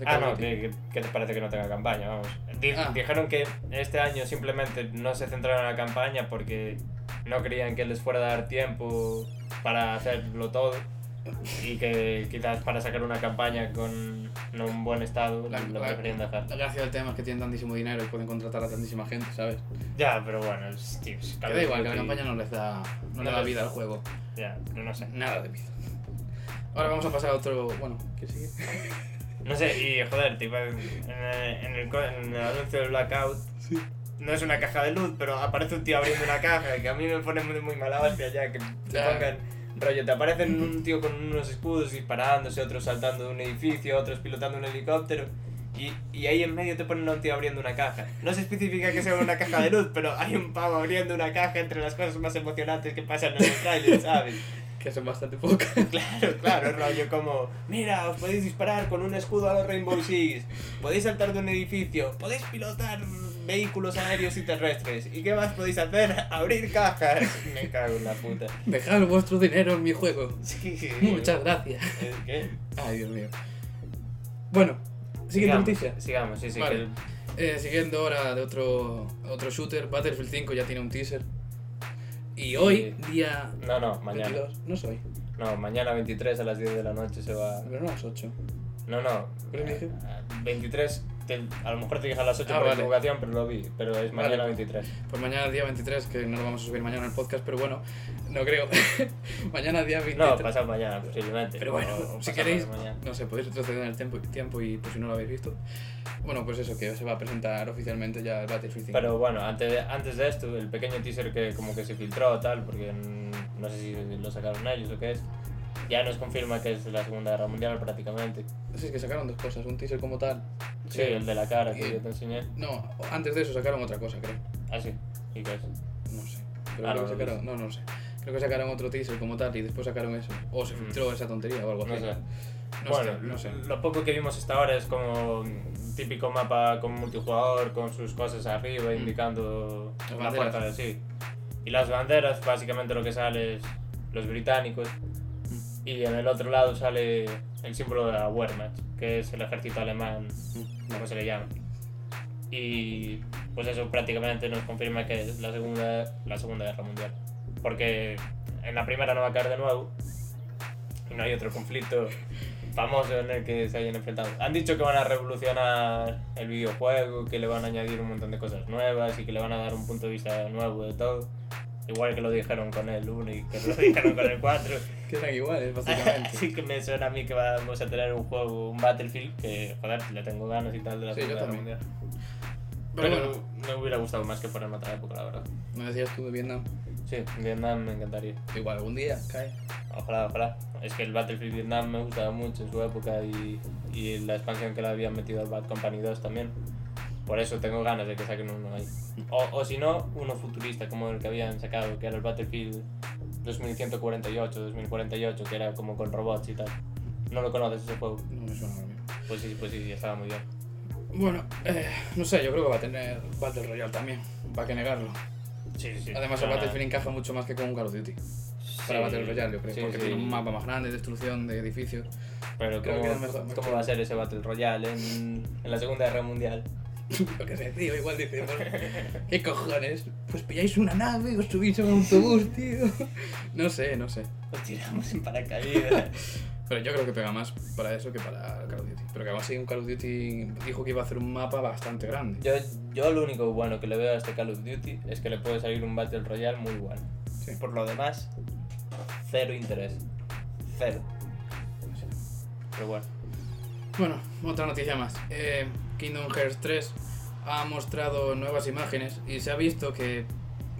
Speaker 2: Ah,
Speaker 1: Call
Speaker 2: no,
Speaker 1: of Duty.
Speaker 2: que, que- que te parece que no tenga campaña, vamos. Di-
Speaker 1: Ah.
Speaker 2: Dijeron que este año simplemente no se centraron en la campaña porque no creían que les fuera a dar tiempo para hacerlo todo y que quizás para sacar una campaña con no un buen estado
Speaker 1: La-
Speaker 2: lo
Speaker 1: la-
Speaker 2: preferían dejar.
Speaker 1: La gracia del tema es que tienen tantísimo dinero y pueden contratar a tantísima gente, ¿sabes?
Speaker 2: Ya, pero bueno, es, tío, es
Speaker 1: Que
Speaker 2: Call
Speaker 1: da
Speaker 2: of
Speaker 1: igual, que la
Speaker 2: Duty.
Speaker 1: campaña no les da, no
Speaker 2: No
Speaker 1: le da
Speaker 2: les-
Speaker 1: vida al juego.
Speaker 2: Ya, pero no sé.
Speaker 1: Nada de vida. Ahora vamos a pasar a otro. Bueno, ¿qué sigue?
Speaker 2: No sé, y joder, tipo, en, el- en el, co- en el anuncio del Blackout. No es una caja de luz, pero aparece un tío abriendo una caja, que a mí me pone muy, muy mala hostia ya, que te
Speaker 1: Ya.
Speaker 2: pongan rollo. Te aparecen un tío con unos escudos disparándose, otros saltando de un edificio, otros pilotando un helicóptero. Y, y ahí en medio te ponen a un tío abriendo una caja. No se especifica que sea una caja de luz, pero hay un pavo abriendo una caja entre las cosas más emocionantes que pasan en el trailer, ¿sabes?
Speaker 1: Que son bastante pocas.
Speaker 2: Claro, claro, rollo como, mira, os podéis disparar con un escudo a los Rainbow Six, podéis saltar de un edificio, podéis pilotar vehículos aéreos y terrestres, ¿y qué más podéis hacer? Abrir cajas. Me cago en la puta.
Speaker 1: Dejad vuestro dinero en mi juego.
Speaker 2: Sí, eh, sí, sí.
Speaker 1: Muchas gracias.
Speaker 2: ¿Es que?
Speaker 1: Ay, Dios mío. Bueno, siguiente
Speaker 2: Sigamos,
Speaker 1: noticia.
Speaker 2: Sigamos, sí, sí.
Speaker 1: Vale.
Speaker 2: que-
Speaker 1: Eh, siguiendo ahora de otro, otro shooter, Battlefield 5 ya tiene un teaser. Y hoy, día
Speaker 2: No, no, mañana.
Speaker 1: 22, no soy,
Speaker 2: No, mañana 23 a las 10 de la noche se va.
Speaker 1: pero no a las 8.
Speaker 2: No, eh, no.
Speaker 1: Pero dije-
Speaker 2: 23 te- a lo mejor te dije a las 8
Speaker 1: Ah,
Speaker 2: por
Speaker 1: vale.
Speaker 2: equivocación, pero lo vi. Pero
Speaker 1: Vale.
Speaker 2: es mañana 23.
Speaker 1: Pues mañana día 23, que no lo vamos a subir mañana en el podcast, pero bueno, no creo. mañana día 23.
Speaker 2: No, pasado mañana, posiblemente.
Speaker 1: Pero bueno,
Speaker 2: o- o
Speaker 1: si
Speaker 2: pasado
Speaker 1: queréis,
Speaker 2: mañana.
Speaker 1: no sé, podéis retroceder en el tiempo, tiempo y por si no lo habéis visto. Bueno, pues eso, que se va a presentar oficialmente ya el Battlefield 5.
Speaker 2: Pero bueno, antes de, antes de esto, el pequeño teaser que como que se filtró tal, porque mm, no sé si lo sacaron ellos o qué es, ya nos confirma que es la Segunda Guerra Mundial prácticamente.
Speaker 1: Sí, es que sacaron dos cosas, un teaser como tal.
Speaker 2: Sí,
Speaker 1: que-
Speaker 2: el de la cara
Speaker 1: y-
Speaker 2: que yo te enseñé.
Speaker 1: No, antes de eso sacaron otra cosa, creo.
Speaker 2: Ah, sí. ¿Y qué es?
Speaker 1: No sé. Pero
Speaker 2: Ah,
Speaker 1: creo
Speaker 2: no
Speaker 1: que
Speaker 2: lo
Speaker 1: sacaron, no, no lo sé. Creo que sacaron otro teaser como tal y después sacaron eso. O se
Speaker 2: Mm.
Speaker 1: filtró esa tontería o algo así.
Speaker 2: No sé.
Speaker 1: No
Speaker 2: bueno,
Speaker 1: sé, no sé.
Speaker 2: lo poco que vimos hasta ahora es como un típico mapa con multijugador, con sus cosas arriba,
Speaker 1: Mm.
Speaker 2: indicando
Speaker 1: Las
Speaker 2: una
Speaker 1: banderas.
Speaker 2: puerta de sí. Y las banderas, básicamente lo que sale es los británicos.
Speaker 1: Mm.
Speaker 2: Y en el otro lado sale el símbolo de la Wehrmacht, que es el ejército alemán,
Speaker 1: Mm.
Speaker 2: como se le llama. Y pues eso prácticamente nos confirma que es la segunda, la segunda guerra mundial. Porque en la primera no va a caer de nuevo. Y no hay otro conflicto famoso en el que se hayan enfrentado. Han dicho que van a revolucionar el videojuego, que le van a añadir un montón de cosas nuevas y que le van a dar un punto de vista nuevo de todo. Igual que lo dijeron con el 1 y que lo dijeron con el 4.
Speaker 1: Que eran iguales, básicamente.
Speaker 2: Así que me suena a mí que vamos a tener un juego, un Battlefield, que joder, le tengo ganas y tal de la
Speaker 1: Sí, yo
Speaker 2: Segunda Guerra
Speaker 1: también.
Speaker 2: Mundial.
Speaker 1: Pero
Speaker 2: Pero,
Speaker 1: bueno,
Speaker 2: me hubiera gustado más que ponerme otra época, la verdad.
Speaker 1: me decías tú de Vietnam.
Speaker 2: Sí, Vietnam me encantaría.
Speaker 1: Igual, algún día cae.
Speaker 2: Ojalá, ojalá. Es que el Battlefield Vietnam me gustaba mucho en su época y, y la expansión que le habían metido al Bad Company 2 también. Por eso tengo ganas de que saquen uno ahí. O, o si no, uno futurista como el que habían sacado, que era el Battlefield 2148, 2048, que era como con robots y tal. No lo conoces ese juego.
Speaker 1: No me suena ahora mismo.
Speaker 2: Pues sí, pues sí, estaba muy bien.
Speaker 1: Bueno, eh, no sé, yo creo que va a tener Battle Royale también. Va que negarlo.
Speaker 2: Sí, sí.
Speaker 1: Además, el Battlefield encaja mucho más que con un Call of Duty. Para Battle Royale, yo creo. porque tiene un mapa más grande, destrucción de edificios. Creo
Speaker 2: Pero
Speaker 1: que
Speaker 2: ¿cómo,
Speaker 1: era mejor- mejor.
Speaker 2: cómo va a ser ese Battle Royale en, en la Segunda Guerra Mundial?
Speaker 1: Lo que sé, tío, igual dice, pues, ¿qué cojones? Pues pilláis una nave, os subís a un autobús, tío. No sé, no sé.
Speaker 2: Nos tiramos en paracaídas.
Speaker 1: Pero yo creo que pega más para eso que para Call of Duty. Pero que aún así, un Call of Duty dijo que iba a hacer un mapa bastante grande.
Speaker 2: yo, yo lo único bueno que le veo a este Call of Duty es que le puede salir un Battle Royale muy bueno.
Speaker 1: Sí.
Speaker 2: Por lo demás, cero interés. Cero. Pero bueno.
Speaker 1: Bueno, otra noticia más. Eh, Kingdom Hearts 3 ha mostrado nuevas imágenes y se ha visto que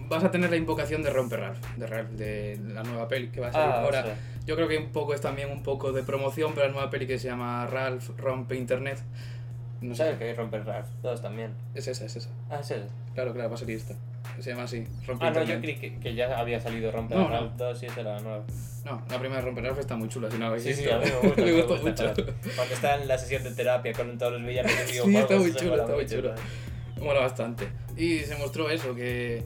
Speaker 1: vas a tener la invocación de Romper Ralph, de Ralph, de la nueva peli que va a salir
Speaker 2: Ah,
Speaker 1: ahora.
Speaker 2: o sea,
Speaker 1: Yo creo que un poco es también un poco de promoción para la nueva peli que se llama Ralph Rompe Internet. No
Speaker 2: ¿No
Speaker 1: sé,
Speaker 2: sabes que hay Romper Ralph 2 también?
Speaker 1: es esa, es esa.
Speaker 2: Ah, es eso.
Speaker 1: Claro, claro, va a salir esta. Se llama así, Rompe
Speaker 2: Ah, no, yo
Speaker 1: Internet.
Speaker 2: creí que, que ya había salido Romper
Speaker 1: No, no.
Speaker 2: Ralph 2 y esa era la nueva.
Speaker 1: No, la primera de Romper Ralph está muy chula, si no la habéis
Speaker 2: Sí, sí,
Speaker 1: visto.
Speaker 2: a mí me gusta.
Speaker 1: Pues Me
Speaker 2: me
Speaker 1: gustó
Speaker 2: gusta,
Speaker 1: mucho.
Speaker 2: claro. Cuando está en la sesión de terapia con todos los villanos de
Speaker 1: Sí,
Speaker 2: videojuegos.
Speaker 1: está muy
Speaker 2: eso
Speaker 1: chulo,
Speaker 2: pues
Speaker 1: está
Speaker 2: mola
Speaker 1: muy
Speaker 2: mucho,
Speaker 1: chulo.
Speaker 2: ¿verdad?
Speaker 1: Mola bastante. Y se mostró eso, que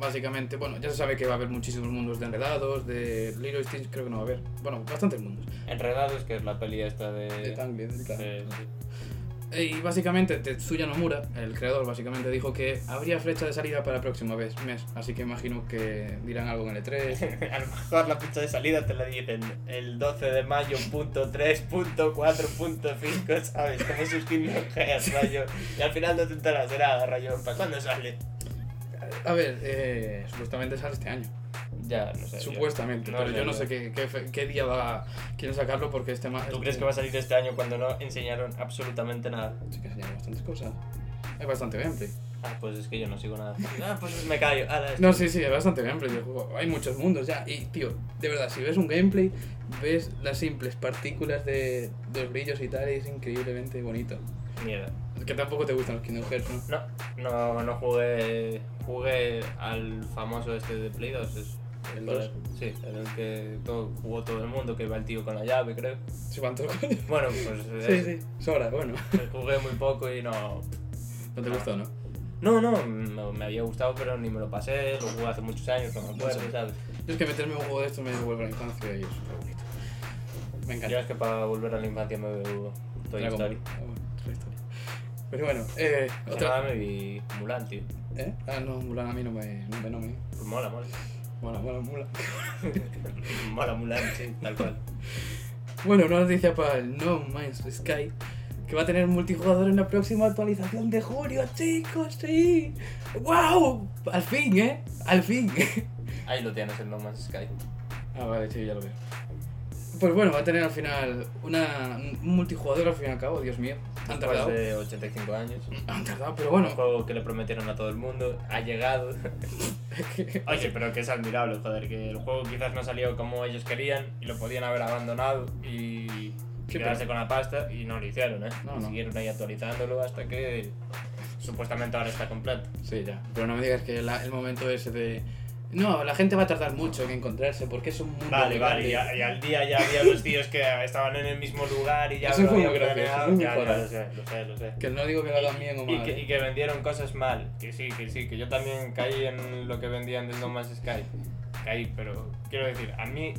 Speaker 1: básicamente, bueno, ya se sabe que va a haber muchísimos mundos de enredados, de Lilo y Stitch, creo que no va a haber. Bueno, bastantes mundos.
Speaker 2: Enredados, que es la peli esta de...
Speaker 1: De Tangled, en plan.
Speaker 2: de-
Speaker 1: Y básicamente Tetsuya Nomura, el creador, básicamente dijo que habría fecha de salida para el próximo mes, mes, así que imagino que dirán algo en el E E3.
Speaker 2: A lo mejor la fecha de salida te la dicen el 12 de mayo, punto 3, punto 4, punto 5, ¿sabes? Como sus Kingdom Hearts, rayo. Y al final no te enteras de nada, rayo. ¿Para cuándo sale?
Speaker 1: A ver, eh, supuestamente sale este año,
Speaker 2: Ya, no sé.
Speaker 1: supuestamente,
Speaker 2: Este no
Speaker 1: pero
Speaker 2: sé,
Speaker 1: yo no
Speaker 2: yo-
Speaker 1: sé qué, qué fe- qué día va, quieren sacarlo porque este ma-
Speaker 2: ¿Tú crees que va a salir este año cuando no enseñaron absolutamente nada?
Speaker 1: Sí que enseñaron bastantes cosas. Hay bastante gameplay.
Speaker 2: Ah, pues es que yo no sigo nada. Ah, pues me callo. Ala,
Speaker 1: No, sí, sí, es bastante gameplay del juego. Hay muchos mundos ya. Y, tío, de verdad, si ves un gameplay, ves las simples partículas de, de los brillos y tal, y es increíblemente bonito.
Speaker 2: Mierda.
Speaker 1: Es que tampoco te gustan los Kingdom Hearts, ¿no?
Speaker 2: No, no, no jugué. Jugué al famoso este de Play 2. es-
Speaker 1: ¿El dos?
Speaker 2: Sí, en el que todo, jugó todo el mundo, que iba el tío con la llave, creo.
Speaker 1: Sí, cuánto coño.
Speaker 2: Bueno, pues
Speaker 1: Sí,
Speaker 2: eh,
Speaker 1: sí, sobra, bueno.
Speaker 2: jugué muy poco y no.
Speaker 1: No te gustó, ¿no?
Speaker 2: No, no, me, me había gustado, pero ni me lo pasé, lo jugué hace muchos años, no me acuerdo,
Speaker 1: No sé.
Speaker 2: ¿sabes?
Speaker 1: Yo es que meterme en un juego de esto me devuelve a la infancia y es súper bonito. Me
Speaker 2: Yo
Speaker 1: encanta.
Speaker 2: es que para volver a la infancia me veo Toy
Speaker 1: Dragon
Speaker 2: Story.
Speaker 1: Ball. Ah, bueno, Toy Story. Pero bueno, eh,
Speaker 2: Otra
Speaker 1: otra.
Speaker 2: vez me vi Mulan, tío.
Speaker 1: ¿Eh? Ah, no, Mulan a mí no me. No me, no me.
Speaker 2: Pues mola, mola.
Speaker 1: Mola, mola, mola.
Speaker 2: Mola Mulan, sí, tal cual.
Speaker 1: Bueno, una noticia para el No Man's Sky Que va a tener multijugador en la próxima actualización de julio, chicos, sí. ¡Wow! Al fin, ¿eh? Al fin.
Speaker 2: Ahí lo tienes el No Man's Sky.
Speaker 1: Ah, vale, sí, ya lo veo. Pues bueno, va a tener al final una, un multijugador al fin y al cabo, Dios mío. Han
Speaker 2: Después
Speaker 1: tardado.
Speaker 2: de 85 años.
Speaker 1: Han tardado, pero
Speaker 2: Un
Speaker 1: bueno.
Speaker 2: juego que le prometieron a todo el mundo. Ha llegado. Oye, pero que es admirable, joder. Que el juego quizás no salió como ellos querían y lo podían haber abandonado y
Speaker 1: Sí,
Speaker 2: quedarse
Speaker 1: pero-
Speaker 2: con la pasta y no lo hicieron, ¿eh?
Speaker 1: No, no.
Speaker 2: Siguieron ahí actualizándolo hasta que supuestamente ahora está completo.
Speaker 1: Sí, ya. Pero no me digas que la- el momento ese de. No, la gente va a tardar mucho en encontrarse porque es un mundo
Speaker 2: Vale,
Speaker 1: muy
Speaker 2: vale,
Speaker 1: grande.
Speaker 2: y, a- y al día ya había los tíos que estaban en el mismo lugar y ya
Speaker 1: Eso
Speaker 2: lo
Speaker 1: fue muy
Speaker 2: habían
Speaker 1: gracioso,
Speaker 2: planeado.
Speaker 1: muy
Speaker 2: Ya, ya,
Speaker 1: mejorado.
Speaker 2: lo sé, lo sé, lo sé.
Speaker 1: Que no digo que lo hagan bien o
Speaker 2: Y
Speaker 1: mal.
Speaker 2: que, y
Speaker 1: ¿eh?
Speaker 2: que vendieron cosas mal, que sí, que sí, que yo también caí en lo que vendían del No Man's Sky. Caí, pero quiero decir, a mí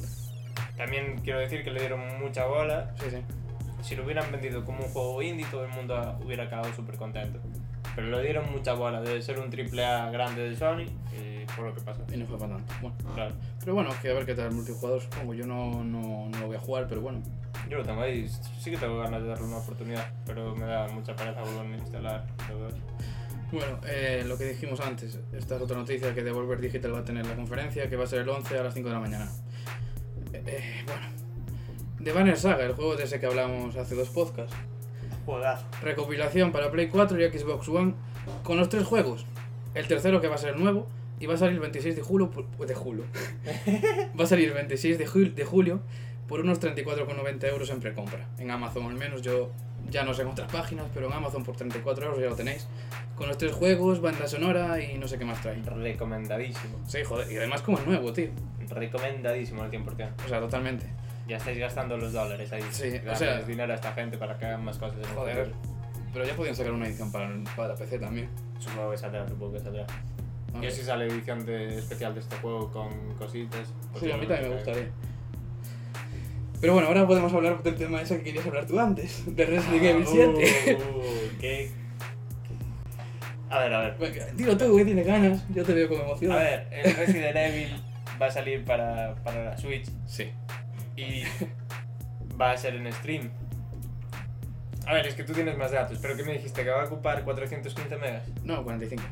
Speaker 2: también quiero decir que le dieron mucha bola.
Speaker 1: Sí, sí.
Speaker 2: Si lo hubieran vendido como un juego indie, todo el mundo ah, hubiera acabado súper contento. Pero le dieron mucha bola de ser un triple A grande de Sony, eh, por lo que pasa.
Speaker 1: Y no fue para tanto. Bueno.
Speaker 2: Claro,
Speaker 1: Pero bueno, que a ver qué tal el multijugador, supongo. Yo no, no, no lo voy a jugar, pero bueno.
Speaker 2: yo lo tengo ahí, sí que tengo ganas de darle una oportunidad, pero me da mucha pereza volver a instalar todo eso.
Speaker 1: Bueno, eh, lo que dijimos antes, esta es otra noticia que Devolver Digital va a tener la conferencia, que va a ser el 11 a las 5 de la mañana. Eh, eh, bueno, The Banner Saga, el juego de ese que hablamos hace dos podcasts.
Speaker 2: Jodazo.
Speaker 1: Recopilación para Play 4 y Xbox One con los tres juegos. El tercero que va a ser nuevo y va a salir el 26 de julio. por- De julio. va a salir el 26 de julio, de julio por unos 34,90 euros en precompra. En Amazon al menos, yo ya no sé en otras páginas, pero en Amazon por 34 euros ya lo tenéis. Con los tres juegos, banda sonora y no sé qué más trae.
Speaker 2: Recomendadísimo,
Speaker 1: Sí, joder, y además como es nuevo, tío.
Speaker 2: recomendadísimo al 100%.
Speaker 1: O sea, totalmente.
Speaker 2: Ya estáis gastando los dólares ahí.
Speaker 1: Sí, o
Speaker 2: Darles
Speaker 1: sea-
Speaker 2: dinero a esta gente para que hagan más cosas. en el
Speaker 1: Joder.
Speaker 2: futuro.
Speaker 1: Pero ya podían sacar una edición para, para PC también.
Speaker 2: Supongo que saldrá, supongo que saldrá.
Speaker 1: No
Speaker 2: Yo
Speaker 1: sé.
Speaker 2: si sale edición de, especial de este juego con cositas. pues
Speaker 1: Sí,
Speaker 2: yo
Speaker 1: a mí
Speaker 2: no
Speaker 1: también me
Speaker 2: sé.
Speaker 1: gustaría. Pero bueno, ahora podemos hablar del tema ese que querías hablar tú antes, de
Speaker 2: Ah,
Speaker 1: Resident Evil 7.
Speaker 2: Uh, qué- A ver, a ver.
Speaker 1: Venga, Dilo tú, que tiene ganas, yo te veo con emoción.
Speaker 2: uh. A ver, el Resident Evil va a salir para, para la Switch
Speaker 1: Sí.
Speaker 2: y va a ser en stream. A ver, es que tú tienes más datos, pero ¿qué me dijiste? Que va a ocupar 415 megas.
Speaker 1: No, 45.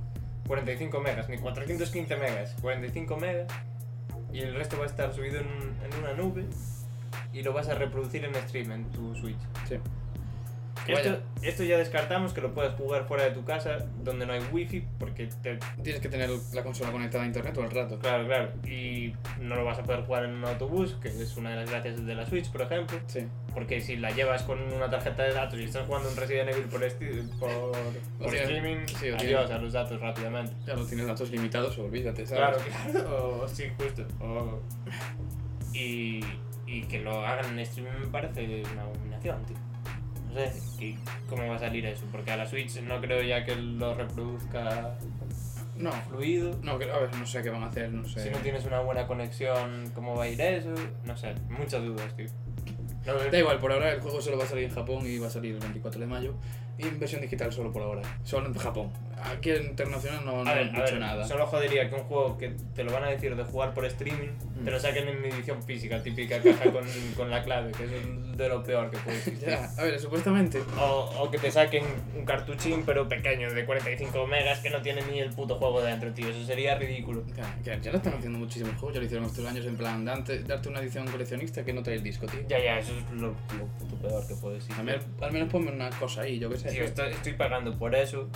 Speaker 2: 45 megas, ni 415 megas, 45 megas. Y el resto va a estar subido en, en una nube y lo vas a reproducir en stream en tu Switch.
Speaker 1: Sí.
Speaker 2: Esto,
Speaker 1: Vaya.
Speaker 2: esto ya descartamos que lo puedas jugar fuera de tu casa, donde no hay wifi, porque te...
Speaker 1: Tienes que tener la consola conectada a internet todo el rato.
Speaker 2: Claro, claro. Y no lo vas a poder jugar en un autobús, que es una de las gracias de la Switch, por ejemplo.
Speaker 1: Sí.
Speaker 2: Porque si la llevas con una tarjeta de datos y estás jugando un Resident Evil por, esti- por, por
Speaker 1: tienes-
Speaker 2: streaming,
Speaker 1: sí, o tienes-
Speaker 2: adiós a los datos rápidamente.
Speaker 1: Ya lo tienes datos limitados, olvídate,
Speaker 2: Claro,
Speaker 1: ¿sabes?
Speaker 2: claro, o- sí, justo. o- Y, y que lo hagan en streaming me parece una abominación, tío. No sé que- cómo va a salir eso, porque a la Switch no creo ya que lo reproduzca
Speaker 1: No,
Speaker 2: fluido.
Speaker 1: no, que- a ver, no sé qué van a hacer, no sé.
Speaker 2: Si no tienes una buena conexión, ¿cómo va a ir eso? No sé, muchas dudas, tío. No,
Speaker 1: Da igual, por ahora el juego solo va a salir en Japón y va a salir el 24 de mayo. Y en versión digital solo por ahora. Solo en Japón. Aquí en internacional no, no
Speaker 2: a ver,
Speaker 1: han
Speaker 2: a
Speaker 1: dicho
Speaker 2: ver,
Speaker 1: nada.
Speaker 2: solo jodería que un juego que te lo van a decir de jugar por streaming,
Speaker 1: Mm.
Speaker 2: te lo saquen en edición física, típica caja con, con la clave, que es de lo peor que puede existir.
Speaker 1: Ya, a ver, supuestamente
Speaker 2: O, o que te saquen un cartuchín, pero pequeño, de 45 megas, que no tiene ni el puto juego dentro, tío. Eso sería ridículo.
Speaker 1: Ya, ya, ya lo están haciendo muchísimos juegos, ya lo hicieron estos años en plan dante- darte una edición coleccionista que no trae el disco, tío.
Speaker 2: Ya, ya, eso es lo, lo puto peor que puede
Speaker 1: A
Speaker 2: existir.
Speaker 1: mí, al menos ponme una cosa ahí, yo qué sé.
Speaker 2: Tío, estoy, estoy pagando por eso.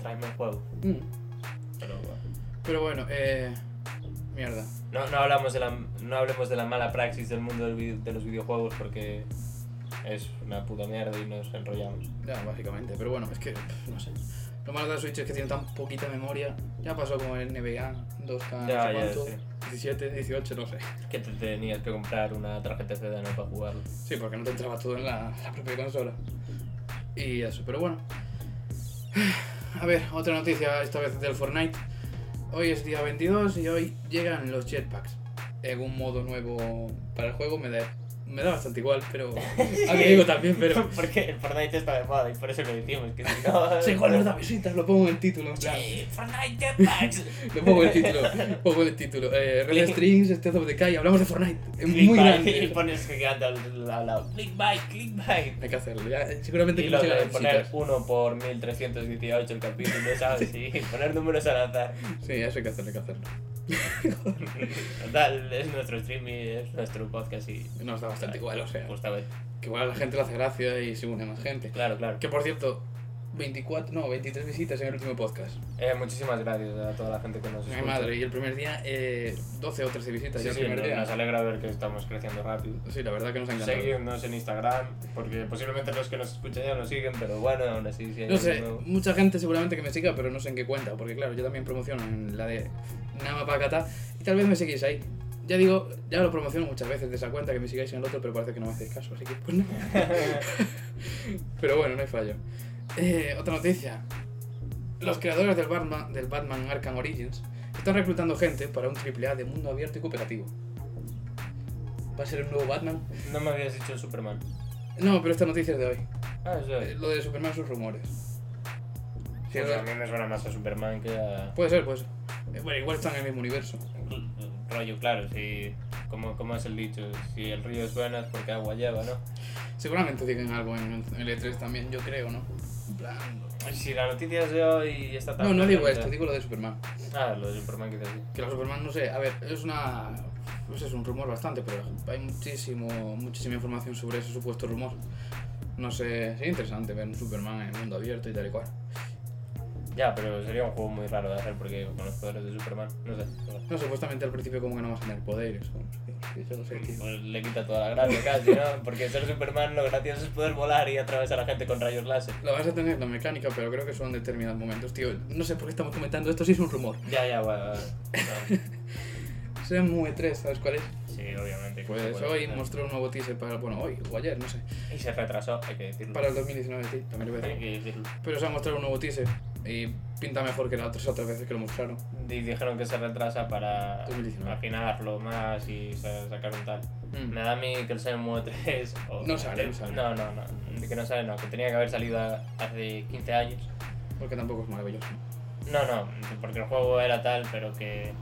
Speaker 2: Tráeme el juego.
Speaker 1: Mm.
Speaker 2: Pero bueno.
Speaker 1: Pero bueno, eh... Mierda.
Speaker 2: No, no, hablamos de la, no hablemos de la mala praxis del mundo del vide- de los videojuegos porque es una puta mierda y nos enrollamos.
Speaker 1: Ya, básicamente. Pero bueno, es que... pff, no sé. Lo malo de la Switch es que tiene tan poquita memoria. Ya pasó con el NBA 2K,
Speaker 2: Ya,
Speaker 1: no sé
Speaker 2: ya,
Speaker 1: cuánto,
Speaker 2: sí.
Speaker 1: 17, 18, no sé.
Speaker 2: Que te tenías que comprar una tarjeta CD ¿no? para jugarlo.
Speaker 1: Sí, porque no te entraba todo en la, la propia consola. Y eso, pero bueno. A ver, otra noticia, esta vez del Fortnite. Hoy es día 22 y hoy llegan los jetpacks. En un modo nuevo para el juego me da me da bastante igual, pero. A mí Ah, digo también, pero.
Speaker 2: Porque el Fortnite está de moda y por eso lo decimos. Que si no...
Speaker 1: Soy jugador de visitas, lo pongo en el título. en plan,
Speaker 2: Sí, Fortnite Jetpacks.
Speaker 1: Lo pongo en el título. Pongo en el título. Eh, Red
Speaker 2: Click.
Speaker 1: Strings, este of the Kai, hablamos de Fortnite. Es
Speaker 2: Click
Speaker 1: muy
Speaker 2: by-
Speaker 1: grande.
Speaker 2: Y pones gigante al, al lado. Click by, click by.
Speaker 1: Hay que hacerlo. Ya, seguramente
Speaker 2: Y
Speaker 1: que
Speaker 2: lo
Speaker 1: no llega a
Speaker 2: de
Speaker 1: las
Speaker 2: poner
Speaker 1: visitas.
Speaker 2: 1 por 1318 el capítulo, ¿sabes? Y poner números al azar.
Speaker 1: Sí, eso hay que hacerlo, hay que hacerlo.
Speaker 2: Total, es nuestro stream y es nuestro podcast y.
Speaker 1: Nos da bastante igual, o sea.
Speaker 2: Pues tal vez.
Speaker 1: Que igual a la gente le hace gracia y se une más gente.
Speaker 2: Claro, claro.
Speaker 1: Que por cierto, 24, no, 23 visitas en el último podcast.
Speaker 3: Eh, muchísimas gracias a toda la gente que nos
Speaker 1: Mi
Speaker 3: escucha.
Speaker 1: madre, y el primer día, eh, 12 o 13 visitas.
Speaker 3: Pues Sí,
Speaker 1: ya el
Speaker 3: sí,
Speaker 1: primer
Speaker 3: nos,
Speaker 1: día.
Speaker 3: nos alegra ver que estamos creciendo rápido.
Speaker 1: Sí, la verdad que nos ha encantado.
Speaker 3: Seguidnos en Instagram, porque posiblemente los que nos escuchan ya nos siguen, pero bueno, aún así,
Speaker 2: Eh,
Speaker 3: si hay
Speaker 1: No
Speaker 3: algo
Speaker 1: sé,
Speaker 3: nuevo.
Speaker 1: mucha gente seguramente que me siga, pero no sé en qué cuenta, porque claro, yo también promociono en la de Nama Pacata y tal vez me seguís ahí. Ya digo, ya lo promociono muchas veces de esa cuenta que me sigáis en el otro, pero parece que no me hacéis caso, así que pues no. pero bueno, no hay fallo. Eh, otra noticia. Los creadores del Batman, del Batman Arkham Origins están reclutando gente para un AAA de mundo abierto y cooperativo. ¿Va a ser el nuevo Batman?
Speaker 2: No me habías dicho Superman.
Speaker 1: No, pero esta noticia es de hoy.
Speaker 2: Ah, eso
Speaker 1: Eh,
Speaker 2: es.
Speaker 1: Lo de Superman sus rumores. Sí,
Speaker 2: Pues
Speaker 1: lo-
Speaker 2: a mí me suena más a Superman que a.
Speaker 1: Puede ser, puede ser. Eh, Bueno, igual están en el mismo universo.
Speaker 2: Rollo, claro, si. Como, como es el dicho, si el río suena es porque agua lleva, ¿no?
Speaker 1: Seguramente digan algo en el E3 también, yo creo, ¿no? En plan-
Speaker 2: Si la noticia es de hoy está tan.
Speaker 1: No, no digo esto, digo lo de Superman.
Speaker 2: Ah, lo de Superman quizás sí.
Speaker 1: Que la Superman, no sé, a ver, es una. Pues es un rumor bastante, pero hay muchísimo, muchísima información sobre ese supuesto rumor. No sé, sería interesante ver un Superman en mundo abierto y tal y cual.
Speaker 2: Ya, pero sería un juego muy raro de hacer porque con los poderes de Superman, no sé.
Speaker 1: No, supuestamente al principio como que no vas a tener poderes. o no sé, que Yo no sé, tío.
Speaker 2: Pues le quita toda la gracia casi, ¿no? Porque ser Superman lo gracioso es poder volar y atravesar a la gente con rayos láser.
Speaker 1: La vas a tener la mecánica, pero creo que son determinados momentos, tío. No sé por qué estamos comentando esto, sí es un rumor.
Speaker 2: Ya, ya, bueno. no.
Speaker 1: Sea muy E3, ¿sabes cuál es?
Speaker 2: Sí, obviamente. que se
Speaker 1: Pues
Speaker 2: puede
Speaker 1: hoy
Speaker 2: hacer.
Speaker 1: mostró un nuevo teaser para, bueno, hoy o ayer, no sé,
Speaker 2: Y se retrasó, hay que decirlo.
Speaker 1: para el 2019, sí, también lo voy a
Speaker 2: Hay
Speaker 1: decir.
Speaker 2: que decirlo.
Speaker 1: Pero se ha mostrado un nuevo teaser y pinta mejor que las otras otras veces que lo mostraron.
Speaker 2: Y dijeron que se retrasa para
Speaker 1: 2019.
Speaker 2: afinarlo más y sa- sacar un tal.
Speaker 1: Mm.
Speaker 2: Me da a mí que el Shenmue 3... o-
Speaker 1: No sale, no sale.
Speaker 2: No, no, no. De Que no sale, no. Que tenía que haber salido a- hace 15 años.
Speaker 1: Porque tampoco es maravilloso.
Speaker 2: No, no, porque el juego era tal, pero que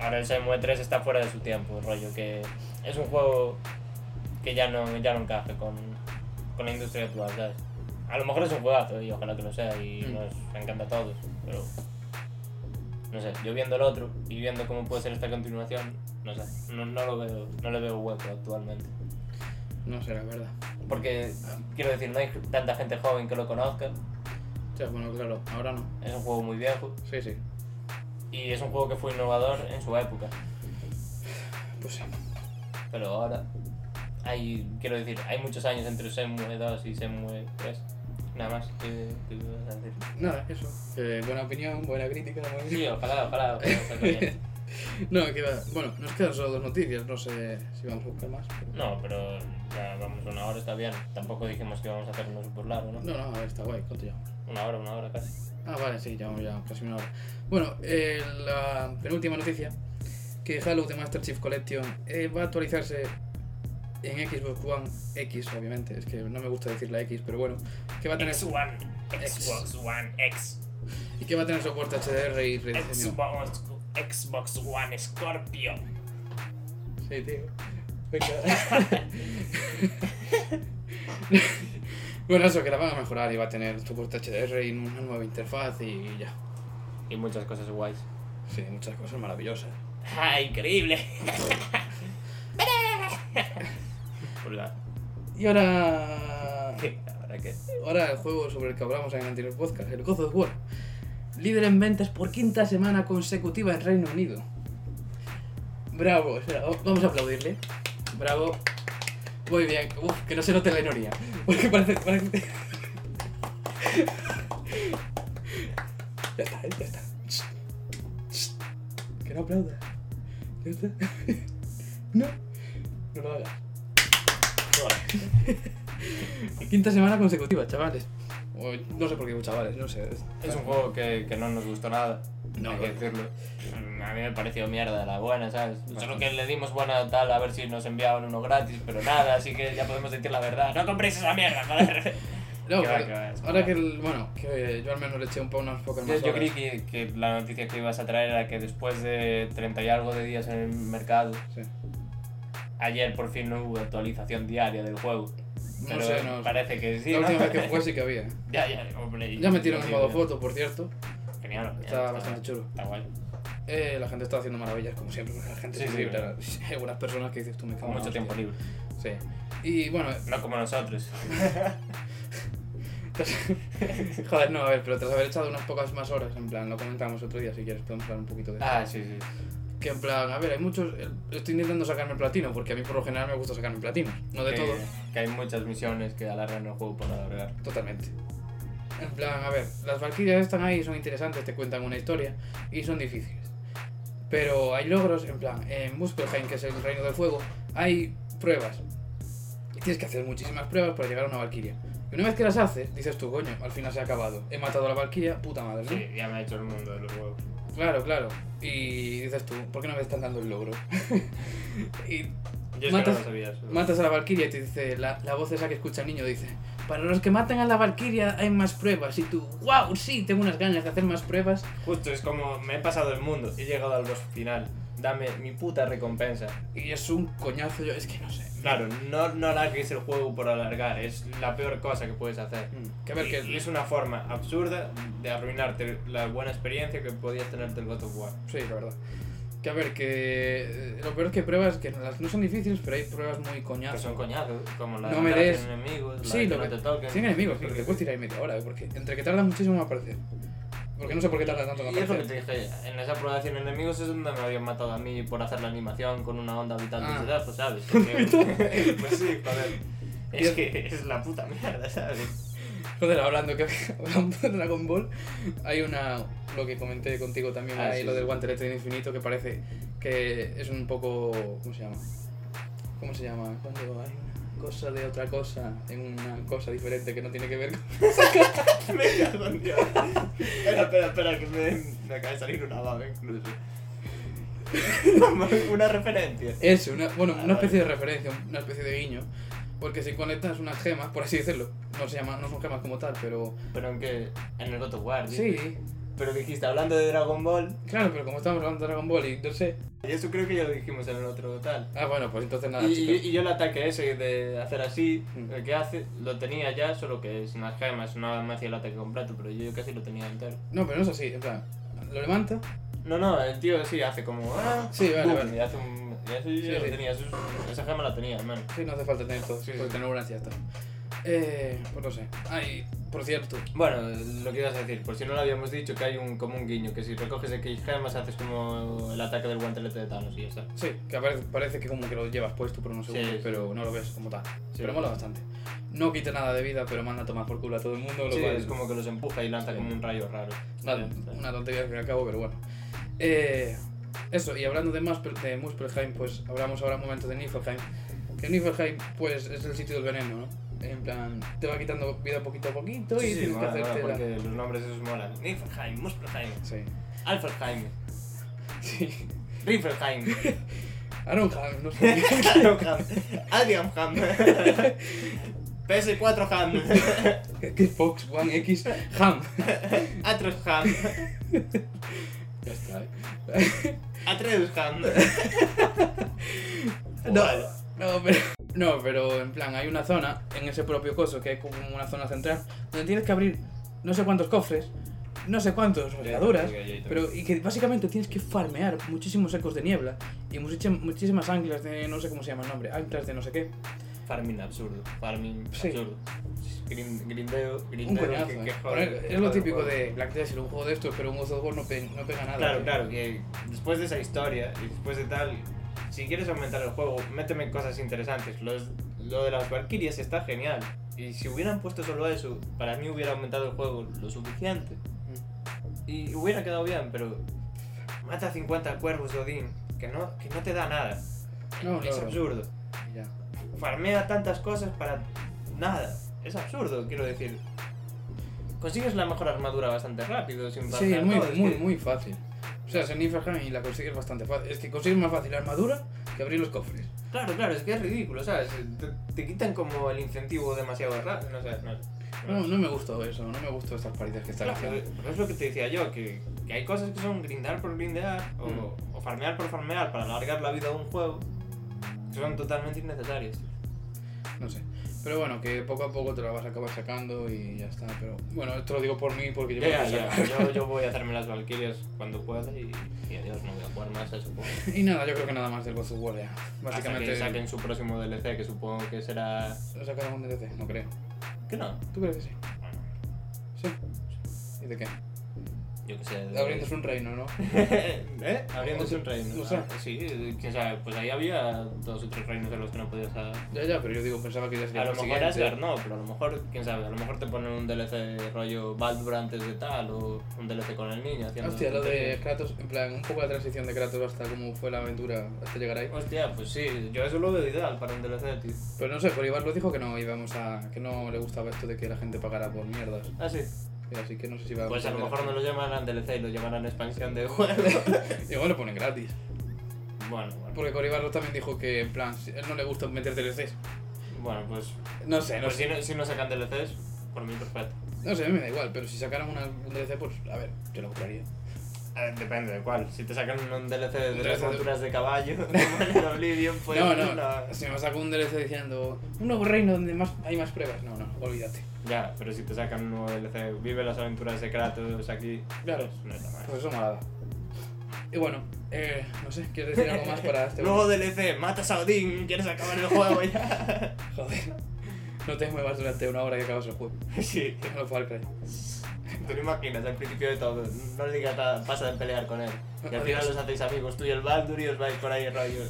Speaker 2: ahora el Shenmue 3 está fuera de su tiempo, rollo, que es un juego que ya no, ya no encaja con, con la industria actual, ¿sabes? A lo mejor es un juegazo y ojalá que lo sea y
Speaker 1: Mm.
Speaker 2: nos encanta a todos, pero no sé, yo viendo el otro y viendo cómo puede ser esta continuación, no sé, no, no lo veo, no le veo hueco actualmente.
Speaker 1: No sé, la verdad.
Speaker 2: Porque, quiero decir, no hay tanta gente joven que lo conozca,
Speaker 1: O sea, bueno, claro, ahora no.
Speaker 2: es un juego muy viejo
Speaker 1: Sí, sí.
Speaker 2: y es un juego que fue innovador en su época.
Speaker 1: Pues sí.
Speaker 2: Pero ahora hay, quiero decir, hay muchos años entre Shenmue 2 y Shenmue 3. Nada más que, que ibas a decir.
Speaker 1: Nada, eso. Eh, buena opinión, buena crítica. buena-
Speaker 2: Sí, ojalá, ojalá, ojalá salga bien.
Speaker 1: No, que va. Bueno, nos quedan solo dos noticias, no sé si vamos a buscar más. pero-
Speaker 2: No, pero ya vamos, una hora está bien. Tampoco dijimos que íbamos a hacernos súper largo, ¿no?
Speaker 1: No, no, a ver, está guay, ¿cuánto llevamos?
Speaker 2: Una hora, una hora casi.
Speaker 1: Ah, vale, sí, llevamos ya casi una hora. Bueno, eh, la penúltima noticia, que Halo The Master Chief Collection eh, va a actualizarse en Xbox One X, obviamente, es que no me gusta decir la X, pero bueno, que va a tener,
Speaker 2: One,
Speaker 1: Xbox
Speaker 2: One X,
Speaker 1: y que va a tener soporte HDR y rediseño.
Speaker 2: Xbox One Scorpio.
Speaker 1: Sí, tío. Venga. bueno, eso, que la van a mejorar y va a tener soporte HDR y una nueva interfaz y ya.
Speaker 2: Y muchas cosas guays.
Speaker 1: Sí, muchas cosas maravillosas.
Speaker 2: ¡Ah, increíble! Pulgar.
Speaker 1: Y ahora...
Speaker 2: Ahora que.
Speaker 1: Ahora el juego sobre el que hablamos en el anterior podcast, el God of War. Líder en ventas por quinta semana consecutiva en Reino Unido. Bravo, o sea, o- vamos a aplaudirle. Bravo. Muy bien. Uf, que no se note la enoría. Porque parece... parece- ya está, ya está. Shh, shh. Que no aplauda. Ya está. no. No lo hagas. Quinta semana consecutiva, chavales. O- no sé por qué digo chavales, no sé.
Speaker 3: Es un juego que, que no nos gustó nada,
Speaker 1: No,
Speaker 3: hay que decirlo. Mm,
Speaker 4: a mí me pareció mierda la buena, ¿sabes? Solo que le dimos buena tal a ver si nos enviaban uno gratis, pero nada, así que ya podemos decir la verdad. No compréis esa mierda, joder.
Speaker 1: No,
Speaker 4: Qué va,
Speaker 1: pero
Speaker 4: qué va, es
Speaker 1: ahora que, el- bueno, que yo al menos le eché un pa unas pocas
Speaker 4: Yo,
Speaker 1: más
Speaker 4: yo
Speaker 1: horas.
Speaker 4: creí que, que la noticia que ibas a traer era que después de 30 y algo de días en el mercado,
Speaker 1: Sí.
Speaker 4: ayer por fin no hubo actualización diaria del juego.
Speaker 1: No
Speaker 4: Pero
Speaker 1: sé, no sé.
Speaker 4: parece que sí.
Speaker 1: La
Speaker 4: ¿no?
Speaker 1: última vez que jugué sí que había.
Speaker 4: ya, ya, hombre. y-
Speaker 1: Ya metieron
Speaker 4: sí,
Speaker 1: el modo
Speaker 4: ya.
Speaker 1: foto, por cierto.
Speaker 4: Genial, genial,
Speaker 1: Está bastante chulo.
Speaker 4: Está guay.
Speaker 1: Eh, la gente está haciendo maravillas, como siempre. La gente
Speaker 4: Sí,
Speaker 1: es
Speaker 4: sí,
Speaker 1: libre.
Speaker 4: claro.
Speaker 1: Hay algunas personas que dices tú me cago
Speaker 4: Con
Speaker 1: en la
Speaker 4: mucho tiempo
Speaker 1: hostia.
Speaker 4: libre.
Speaker 1: Sí. Y bueno,
Speaker 4: No como nosotros.
Speaker 1: joder, no, a ver, pero tras haber echado unas pocas más horas, en plan, lo comentamos otro día, si quieres, podemos hablar un poquito de eso.
Speaker 4: Ah, sí, sí.
Speaker 1: Que en plan, a ver, hay muchos. el- Estoy intentando sacarme el platino, porque a mí por lo general me gusta sacarme platino. No de
Speaker 4: que,
Speaker 1: todo,
Speaker 4: que hay muchas misiones que alargan el juego por alargar.
Speaker 1: totalmente. En plan, a ver, las valquirias están ahí, son interesantes, te cuentan una historia y son difíciles. Pero hay logros, en plan, en Muspelheim, que es el reino del fuego, hay pruebas. Y tienes que hacer muchísimas pruebas para llegar a una valquiria. Y una vez que las haces, dices tú, coño, al final se ha acabado. He matado a la valquiria, puta madre, ¿no?
Speaker 4: Sí, ya me ha hecho el mundo de los juegos.
Speaker 1: Claro, claro. Y dices tú, ¿por qué no me están dando el logro? y
Speaker 4: Yo es que no
Speaker 1: Matas-
Speaker 4: lo sabía eso.
Speaker 1: matas a la Valkyria y te dice, la, la voz esa que escucha el niño dice, para los que matan a la Valkyria hay más pruebas. Y tú, wow, sí, tengo unas ganas de hacer más pruebas.
Speaker 2: Justo, es como me he pasado el mundo, he llegado al boss final, dame mi puta recompensa.
Speaker 1: Y es un coñazo, yo es que no sé.
Speaker 2: Claro, no, no alargues el juego por alargar, es la peor cosa que puedes hacer.
Speaker 1: Mm, Que a ver,
Speaker 2: Y-
Speaker 1: que
Speaker 2: y es una forma absurda de arruinarte la buena experiencia que podías tener del God of War.
Speaker 1: Sí, la verdad. Que a ver, que eh, lo peor es que pruebas, que las no son difíciles, pero hay pruebas muy
Speaker 4: Que
Speaker 1: coñazos.
Speaker 4: son coñazos, como la
Speaker 1: No
Speaker 4: de
Speaker 1: me
Speaker 4: la que
Speaker 1: des-
Speaker 4: tienen enemigos, la
Speaker 1: Sí,
Speaker 4: de
Speaker 1: lo que-
Speaker 4: que no te toquen.
Speaker 1: Sin enemigos, pero
Speaker 4: Sí,
Speaker 1: te
Speaker 4: sí,
Speaker 1: puedes
Speaker 4: sí.
Speaker 1: tirar ahí media hora, ¿eh? porque entre que tardas muchísimo en aparecer. Porque no sé por qué tarda tanto en
Speaker 4: Y es lo que
Speaker 1: aparecer.
Speaker 4: te dije, en esa prueba de 100 enemigos es donde me habían matado a mí por hacer la animación con una onda vital
Speaker 1: Ah.
Speaker 4: de sedazo, ¿sabes? Porque- pues sí, joder.
Speaker 1: Y es-
Speaker 4: Es que es la puta mierda, ¿sabes?
Speaker 1: Joder, hablando que hablando de Dragon Ball, hay una lo que comenté contigo también,
Speaker 4: Ah,
Speaker 1: hay
Speaker 4: sí,
Speaker 1: lo
Speaker 4: sí.
Speaker 1: del guantelete del infinito que parece que es un poco ¿cómo se llama? ¿Cómo se llama? Cuando hay una cosa de otra cosa en una cosa diferente que no tiene que ver con
Speaker 2: Me cago en Dios. Espera, espera, espera, que me, me acaba de salir una baba incluso.
Speaker 4: una referencia.
Speaker 1: eso, una, bueno,
Speaker 4: Ah,
Speaker 1: una
Speaker 4: vale.
Speaker 1: especie de referencia, una especie de guiño, porque si conectas unas gemas, por así decirlo, no se llama, no son gemas como tal, pero
Speaker 4: Pero en que en el God of War, tío.
Speaker 1: sí,
Speaker 4: Pero dijiste, hablando de Dragon Ball,
Speaker 1: claro, pero como estamos hablando de Dragon Ball y no sé,
Speaker 4: y eso creo que ya lo dijimos en el otro tal.
Speaker 1: ah bueno, pues entonces nada,
Speaker 4: Y,
Speaker 1: chicos.
Speaker 4: y- y yo el ataque ese de hacer así,
Speaker 1: Mm.
Speaker 4: el que hace, lo tenía ya, solo que es unas gemas, no me hacía el ataque completo, pero yo casi lo tenía entero.
Speaker 1: No, pero no es así, en plan, lo levanta
Speaker 4: No, no, el tío sí hace como. Ah,
Speaker 1: Sí, vale,
Speaker 4: boom,
Speaker 1: vale.
Speaker 4: Y hace un. y eso yo
Speaker 1: Sí,
Speaker 4: ya
Speaker 1: sí.
Speaker 4: lo tenía, eso es- esa gema la tenía, hermano.
Speaker 1: Sí, no hace falta tener todo,
Speaker 4: Sí,
Speaker 1: por
Speaker 4: sí.
Speaker 1: tener una ya está. Eh, pues no sé. Ay, por cierto,
Speaker 4: Bueno, lo que ibas a decir, por si no lo habíamos dicho, que hay un, como un guiño, que si recoges X gemas haces como el ataque del guantelete de Thanos y ya está.
Speaker 1: sí, que apare- parece que como que lo llevas puesto por unos
Speaker 4: Sí,
Speaker 1: segundos,
Speaker 4: sí.
Speaker 1: pero no lo ves como tal.
Speaker 4: Sí.
Speaker 1: pero mola bastante. No quita nada de vida, pero manda a tomar por culo a todo el mundo, lo
Speaker 4: Sí,
Speaker 1: cual
Speaker 4: es como que los empuja y lanza
Speaker 1: Sí.
Speaker 4: como un rayo raro.
Speaker 1: nada, una tontería al fin y al cabo, pero bueno. Eh, eso, y hablando de, Muspel, de Muspelheim, pues hablamos ahora un momento de Niflheim. Que Niflheim, pues, es el sitio del veneno, ¿no? En plan, te va quitando vida poquito a poquito y
Speaker 4: Sí, sí,
Speaker 1: tienes
Speaker 4: mola,
Speaker 1: que
Speaker 4: mola,
Speaker 1: hacerte la-
Speaker 4: porque los nombres esos molan. Niflheim, Muspelheim,
Speaker 1: Sí.
Speaker 4: Alfredheim,
Speaker 1: Sí.
Speaker 4: Riffelheim,
Speaker 1: Aronheim, no sé.
Speaker 2: Adiam Ham. PS4 Ham.
Speaker 1: Xbox One X Ham.
Speaker 2: Atreus Ham.
Speaker 1: Ya está, ¿eh?
Speaker 2: Atreus Ham.
Speaker 1: No, no, pero, no, pero en plan, hay una zona en ese propio coso que es como una zona central donde tienes que abrir no sé cuántos cofres, no sé cuántos rasgaduras, pero y que básicamente tienes que farmear muchísimos ecos de niebla y muchichi- muchísimas anclas de no sé cómo se llama el nombre, anclas de no sé qué.
Speaker 4: Farming absurdo, farming
Speaker 1: Sí.
Speaker 4: absurdo. Grin- grindeo, grindeo.
Speaker 1: Un coñazo,
Speaker 4: que-
Speaker 1: ¿eh?
Speaker 4: que
Speaker 1: Poner-
Speaker 4: joder,
Speaker 1: Es lo
Speaker 4: joder,
Speaker 1: típico
Speaker 4: joder.
Speaker 1: de Black Desert, un juego de estos, pero un God of War no, pe- no pega nada.
Speaker 2: Claro,
Speaker 1: ¿eh?
Speaker 2: claro, que después de esa historia y después de tal, si quieres aumentar el juego, méteme cosas interesantes. Los- lo de las Valkyrias está genial. Y si hubieran puesto solo eso, para mí hubiera aumentado el juego lo suficiente.
Speaker 1: Mm.
Speaker 2: Y hubiera quedado bien, pero mata 50 cuervos, Odín, que no, que no te da nada.
Speaker 1: No,
Speaker 2: es
Speaker 1: no, no.
Speaker 2: absurdo.
Speaker 1: Y ya.
Speaker 2: Farmea tantas cosas para nada. Es absurdo, quiero decir. Consigues la mejor armadura bastante rápido, sin
Speaker 1: Sí,
Speaker 2: farmear
Speaker 1: muy,
Speaker 2: todo, es
Speaker 1: muy,
Speaker 2: que-
Speaker 1: muy fácil. O sea, es en Niflheim y la consigues bastante fácil. Es que consigues más fácil la armadura que abrir los cofres.
Speaker 2: Claro, claro, es que es ridículo, ¿sabes? Te, te quitan como el incentivo demasiado rápido, no sé, no sé.
Speaker 1: No, no me gustó eso, no me gustó estas paridas que están
Speaker 2: Claro,
Speaker 1: haciendo.
Speaker 2: pero es lo que te decía yo, que, que hay cosas que son grindar por grindar o,
Speaker 1: Mm.
Speaker 2: o farmear por farmear para alargar la vida de un juego que son totalmente innecesarias.
Speaker 1: No sé. Pero bueno, que poco a poco te la vas a acabar sacando y ya está. Pero bueno, esto lo digo por mí porque yo
Speaker 2: Ya,
Speaker 1: me lo
Speaker 2: ya,
Speaker 1: voy a
Speaker 2: ya. Yo, yo voy a hacerme las Valkyrias cuando pueda y, y adiós, no voy a jugar más a eso.
Speaker 1: sacar. Y nada, yo creo que nada más del God of War ya.
Speaker 2: Hasta que
Speaker 1: Básicamente.
Speaker 2: Ah, saquen su próximo DLC, que supongo que será.
Speaker 1: ¿Lo sacarán un DLC? No creo.
Speaker 2: ¿Qué no?
Speaker 1: ¿Tú crees que sí?
Speaker 2: Bueno,
Speaker 1: Sí. ¿Y de qué?
Speaker 2: Eh, yo qué sé. de-
Speaker 1: Abriéndose un reino, ¿no?
Speaker 2: ¿Eh? Abriéndose un reino.
Speaker 1: No sé.
Speaker 2: Ah, sí, quién sabe. Pues ahí había dos o tres reinos de los que no podías. a-
Speaker 1: Ya, ya, pero yo digo, pensaba que ya sería
Speaker 2: A lo
Speaker 1: el
Speaker 2: mejor
Speaker 1: siguiente.
Speaker 2: Asgard no, pero a lo mejor, quién sabe, a lo mejor te ponen un DLC rollo Baldur antes de tal o un DLC con el niño haciendo.
Speaker 1: Hostia, lo de
Speaker 2: tonterías.
Speaker 1: Kratos, en plan, un poco la transición de Kratos hasta cómo fue la aventura hasta llegar ahí.
Speaker 2: Hostia, pues sí, yo eso lo veo ideal para un DLC, tío.
Speaker 1: Pero no sé, por Ibar lo dijo que no íbamos a. que no le gustaba esto de que la gente pagara por mierdas.
Speaker 2: Ah, sí.
Speaker 1: Y así que no sé si va a.
Speaker 2: Pues a lo
Speaker 1: meter-
Speaker 2: mejor no lo llamarán DLC, lo llamarán expansión de juego.
Speaker 1: Igual lo ponen gratis.
Speaker 2: bueno, bueno.
Speaker 1: Porque Coribarro también dijo que, en plan, si- él no le gusta meter DLCs.
Speaker 2: Bueno, pues,
Speaker 1: No sé, no
Speaker 2: pues si,
Speaker 1: sé.
Speaker 2: no, si no sacan DLCs, por mí perfecto.
Speaker 1: No sé, a mí me da igual, pero si sacaran una, un DLC, pues, a ver, yo lo compraría.
Speaker 2: A ver, Eh, depende de cuál. Si te sacan un DLC de
Speaker 1: Un
Speaker 2: las
Speaker 1: DLC de-
Speaker 2: aventuras de caballo, de Oblivion, pues.
Speaker 1: no, no,
Speaker 2: no.
Speaker 1: si me saco un DLC diciendo un nuevo reino donde más hay más pruebas, no, no, olvídate.
Speaker 2: Ya, pero si te sacan un nuevo DLC, vive las aventuras de Kratos aquí.
Speaker 1: Claro.
Speaker 2: pues no está mal.
Speaker 1: Pues eso molaba. Y bueno, eh, no sé, ¿quieres decir algo más para este
Speaker 2: Nuevo DLC, matas a Odín, quieres acabar el juego ya.
Speaker 1: Joder. No te muevas durante una hora que acabas el juego.
Speaker 2: sí,
Speaker 1: No Far Cry.
Speaker 2: tú no imaginas al principio de todo, no le digas nada, pasa de pelear con él. Y al final los hacéis amigos, tú y el Baldur y os vais por ahí rollo.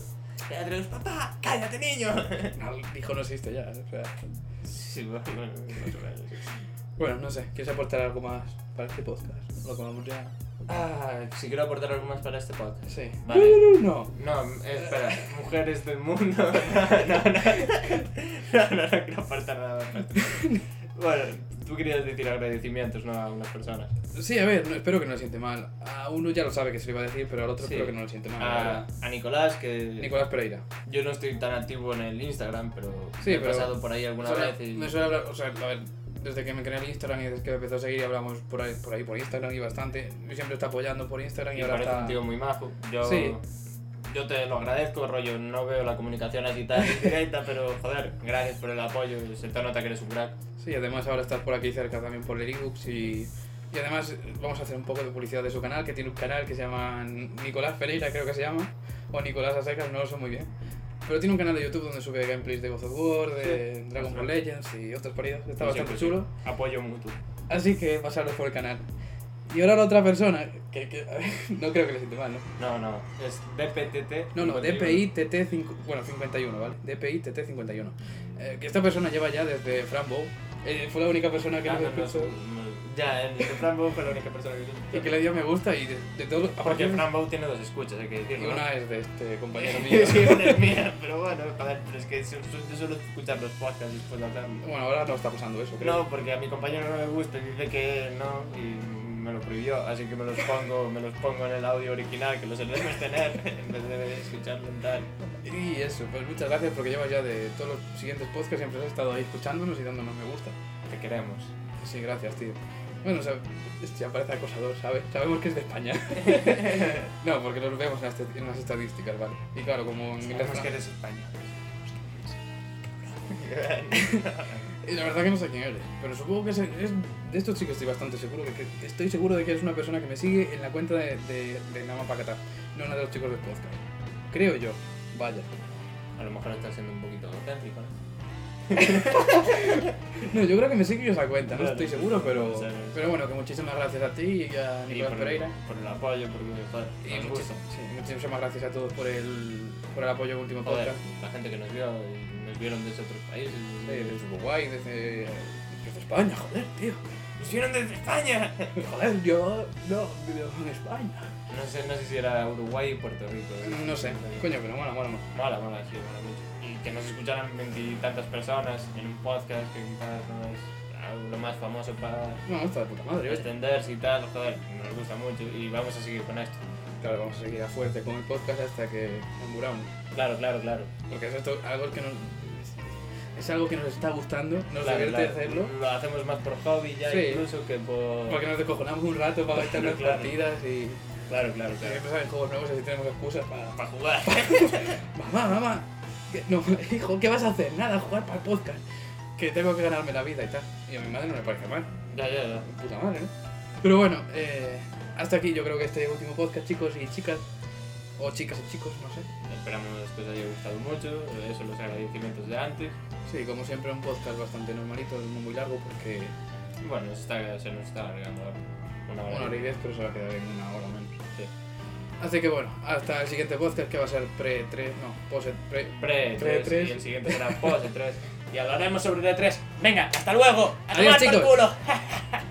Speaker 2: Y Atreus, papá, cállate niño.
Speaker 1: No, dijo no existe ya. ¿eh? o sea.
Speaker 2: sí, bueno, bueno, bueno.
Speaker 1: Bueno, no sé, ¿quieres aportar algo más para este podcast? Lo acabamos ya.
Speaker 2: Ah, si quiero aportar algo más para este podcast.
Speaker 1: Sí.
Speaker 2: Vale.
Speaker 1: No.
Speaker 2: No, espera, mujeres del mundo. No, no, no. No, no, no quiero aportar nada más para este podcast. Bueno, tú querías decir agradecimientos, ¿no? A unas personas.
Speaker 1: Sí, a ver, no, espero que no le siente mal. A uno ya lo sabe que se lo iba a decir, pero al otro
Speaker 2: Sí. Ah.
Speaker 1: espero que no le siente mal. la
Speaker 2: a,
Speaker 1: verdad.
Speaker 2: a Nicolás, que
Speaker 1: Nicolás Pereira.
Speaker 2: yo no estoy tan activo en el Instagram, pero
Speaker 1: Sí,
Speaker 2: he
Speaker 1: pero-
Speaker 2: pasado por ahí alguna
Speaker 1: Suele-
Speaker 2: vez. Y...
Speaker 1: Me suele hablar, o sea, a ver, desde que me creé el Instagram y desde que me empezó a seguir hablamos por ahí, por ahí, por Instagram y bastante. Yo siempre está apoyando por Instagram y,
Speaker 2: y
Speaker 1: ahora
Speaker 2: parece
Speaker 1: está...
Speaker 2: un tío muy majo. Yo,
Speaker 1: Sí.
Speaker 2: yo te lo agradezco, rollo, no veo la comunicación así tan directa, pero joder, gracias por el apoyo, se te nota que eres un crack.
Speaker 1: Sí, además ahora estás por aquí cerca también por el ebooks y, y además vamos a hacer un poco de publicidad de su canal, que tiene un canal que se llama Nicolás Pereira, creo que se llama, o Nicolás Asecas, no lo sé muy bien. Pero tiene un canal de YouTube donde sube gameplays de God of War, de Dragon Ball Legends y otros paridos. Está
Speaker 2: Pues sí,
Speaker 1: bastante
Speaker 2: pues sí,
Speaker 1: chulo.
Speaker 2: Apoyo mutuo.
Speaker 1: Así que pasaros por el canal. Y ahora la otra persona, que, que- no creo que le siente mal, ¿no?
Speaker 2: No, no, es DPTT.
Speaker 1: No, no,
Speaker 2: 51.
Speaker 1: DPI TT cincu- bueno, 51, ¿vale? DPI TT 51. Eh, que esta persona lleva ya desde Frambo. Eh, fue la única persona que
Speaker 2: Ah,
Speaker 1: nos
Speaker 2: no, no,
Speaker 1: escuchó.
Speaker 2: no, Ya, en el de Frambo fue la única persona que
Speaker 1: y que le dio me gusta y de, de todo a
Speaker 2: Porque
Speaker 1: partir-
Speaker 2: Frambo tiene dos escuchas, hay que
Speaker 1: y
Speaker 2: decirlo. ¿no?
Speaker 1: una es de este compañero mío
Speaker 2: Sí, una es mía, pero bueno, joder, pero es que su- su- yo suelo escuchar los podcasts después de hablarlo.
Speaker 1: bueno ahora no está pasando eso creo
Speaker 2: No, porque a mi compañero no le gusta y dice que no y me lo prohibió, así que me los pongo, me los pongo en el audio original que lo solemos tener en vez de escucharlo en tal.
Speaker 1: y eso pues muchas gracias porque llevas ya de todos los siguientes podcasts siempre has estado ahí escuchándonos y dándonos me gusta
Speaker 2: Te queremos.
Speaker 1: sí gracias tío bueno o sea hostia, parece acosador ¿sabes? sabemos que es de España no porque nos vemos en, las est- en las estadísticas vale y claro como en
Speaker 2: Sabemos
Speaker 1: Inglaterra-
Speaker 2: que eres español.
Speaker 1: y Eh, la verdad que no sé quién eres pero supongo que es, es- de esto sí que estoy bastante seguro que, que- estoy seguro de que eres una persona que me sigue en la cuenta de, de, de Nama Pacatá no una de los chicos del podcast creo yo vaya
Speaker 2: A lo mejor estás siendo un poquito auténtico, ¿no?
Speaker 1: No, yo creo que me sigue esa cuenta, no
Speaker 2: Claro.
Speaker 1: estoy seguro, pero,
Speaker 2: Sí, sí.
Speaker 1: pero bueno, que muchísimas gracias a ti y a
Speaker 2: Y
Speaker 1: Nicolás
Speaker 2: por,
Speaker 1: Pereira.
Speaker 2: por el apoyo, porque joder,
Speaker 1: Y
Speaker 2: nos
Speaker 1: muchis-
Speaker 2: gusta.
Speaker 1: sí, muchísimas gracias a todos por el, por el apoyo al último
Speaker 2: Joder,
Speaker 1: podcast.
Speaker 2: la gente que nos vio y nos vieron desde otros países.
Speaker 1: Sí, desde Uruguay, desde, desde España, joder, tío.
Speaker 2: ¡Nos vieron desde España!
Speaker 1: Joder, yo no vivo en España.
Speaker 2: No sé, no sé si era Uruguay y Puerto Rico. ¿eh?
Speaker 1: No sé, coño, pero bueno, bueno,
Speaker 2: Mola, mola, sí, mola mucho. Y que nos escucharan veintitantas personas en un podcast que quizás no es algo lo más famoso para
Speaker 1: no, está de puta madre. oye.
Speaker 2: extenderse y tal, joder, nos gusta mucho y vamos a seguir con esto.
Speaker 1: Claro, vamos a seguir a fuerte con el podcast hasta que nos muramos.
Speaker 2: Claro, claro, claro.
Speaker 1: Porque es esto, algo que nos, es algo que nos está gustando, nos
Speaker 2: Claro,
Speaker 1: divierte
Speaker 2: claro.
Speaker 1: hacerlo.
Speaker 2: Lo hacemos más por hobby ya
Speaker 1: Sí.
Speaker 2: incluso que por...
Speaker 1: Porque nos descojonamos un rato para gastar las
Speaker 2: Claro.
Speaker 1: partidas y
Speaker 2: Claro, claro, claro.
Speaker 1: siempre salen juegos nuevos así tenemos excusas para...
Speaker 2: Para jugar.
Speaker 1: Mamá, mamá, que- no, hijo, ¿qué vas a hacer? Nada, jugar para el podcast. Que tengo que ganarme la vida y tal. Y a mi madre no le parece mal.
Speaker 2: ya, ya, ya.
Speaker 1: Puta madre, ¿no? Pero bueno, eh, hasta aquí yo creo que este último podcast, chicos y chicas. O chicas y chicos, no sé.
Speaker 2: Esperamos que os haya gustado mucho. Eso, los agradecimientos de antes.
Speaker 1: Sí, como siempre un podcast bastante normalito, no muy largo porque
Speaker 2: Y Bueno, se, está, se nos está alargando una hora.
Speaker 1: una hora y diez, pero se va a quedar en una hora menos.
Speaker 2: Sí.
Speaker 1: Así que bueno, hasta el siguiente podcast que va a ser pre-3, no, pose pre
Speaker 2: Pre,
Speaker 1: Pre-
Speaker 2: tres,
Speaker 1: tres.
Speaker 2: y el siguiente será post 3. Y hablaremos sobre el E3. Venga, hasta luego. A
Speaker 1: Adiós,
Speaker 2: tomar por
Speaker 1: chicos.
Speaker 2: culo.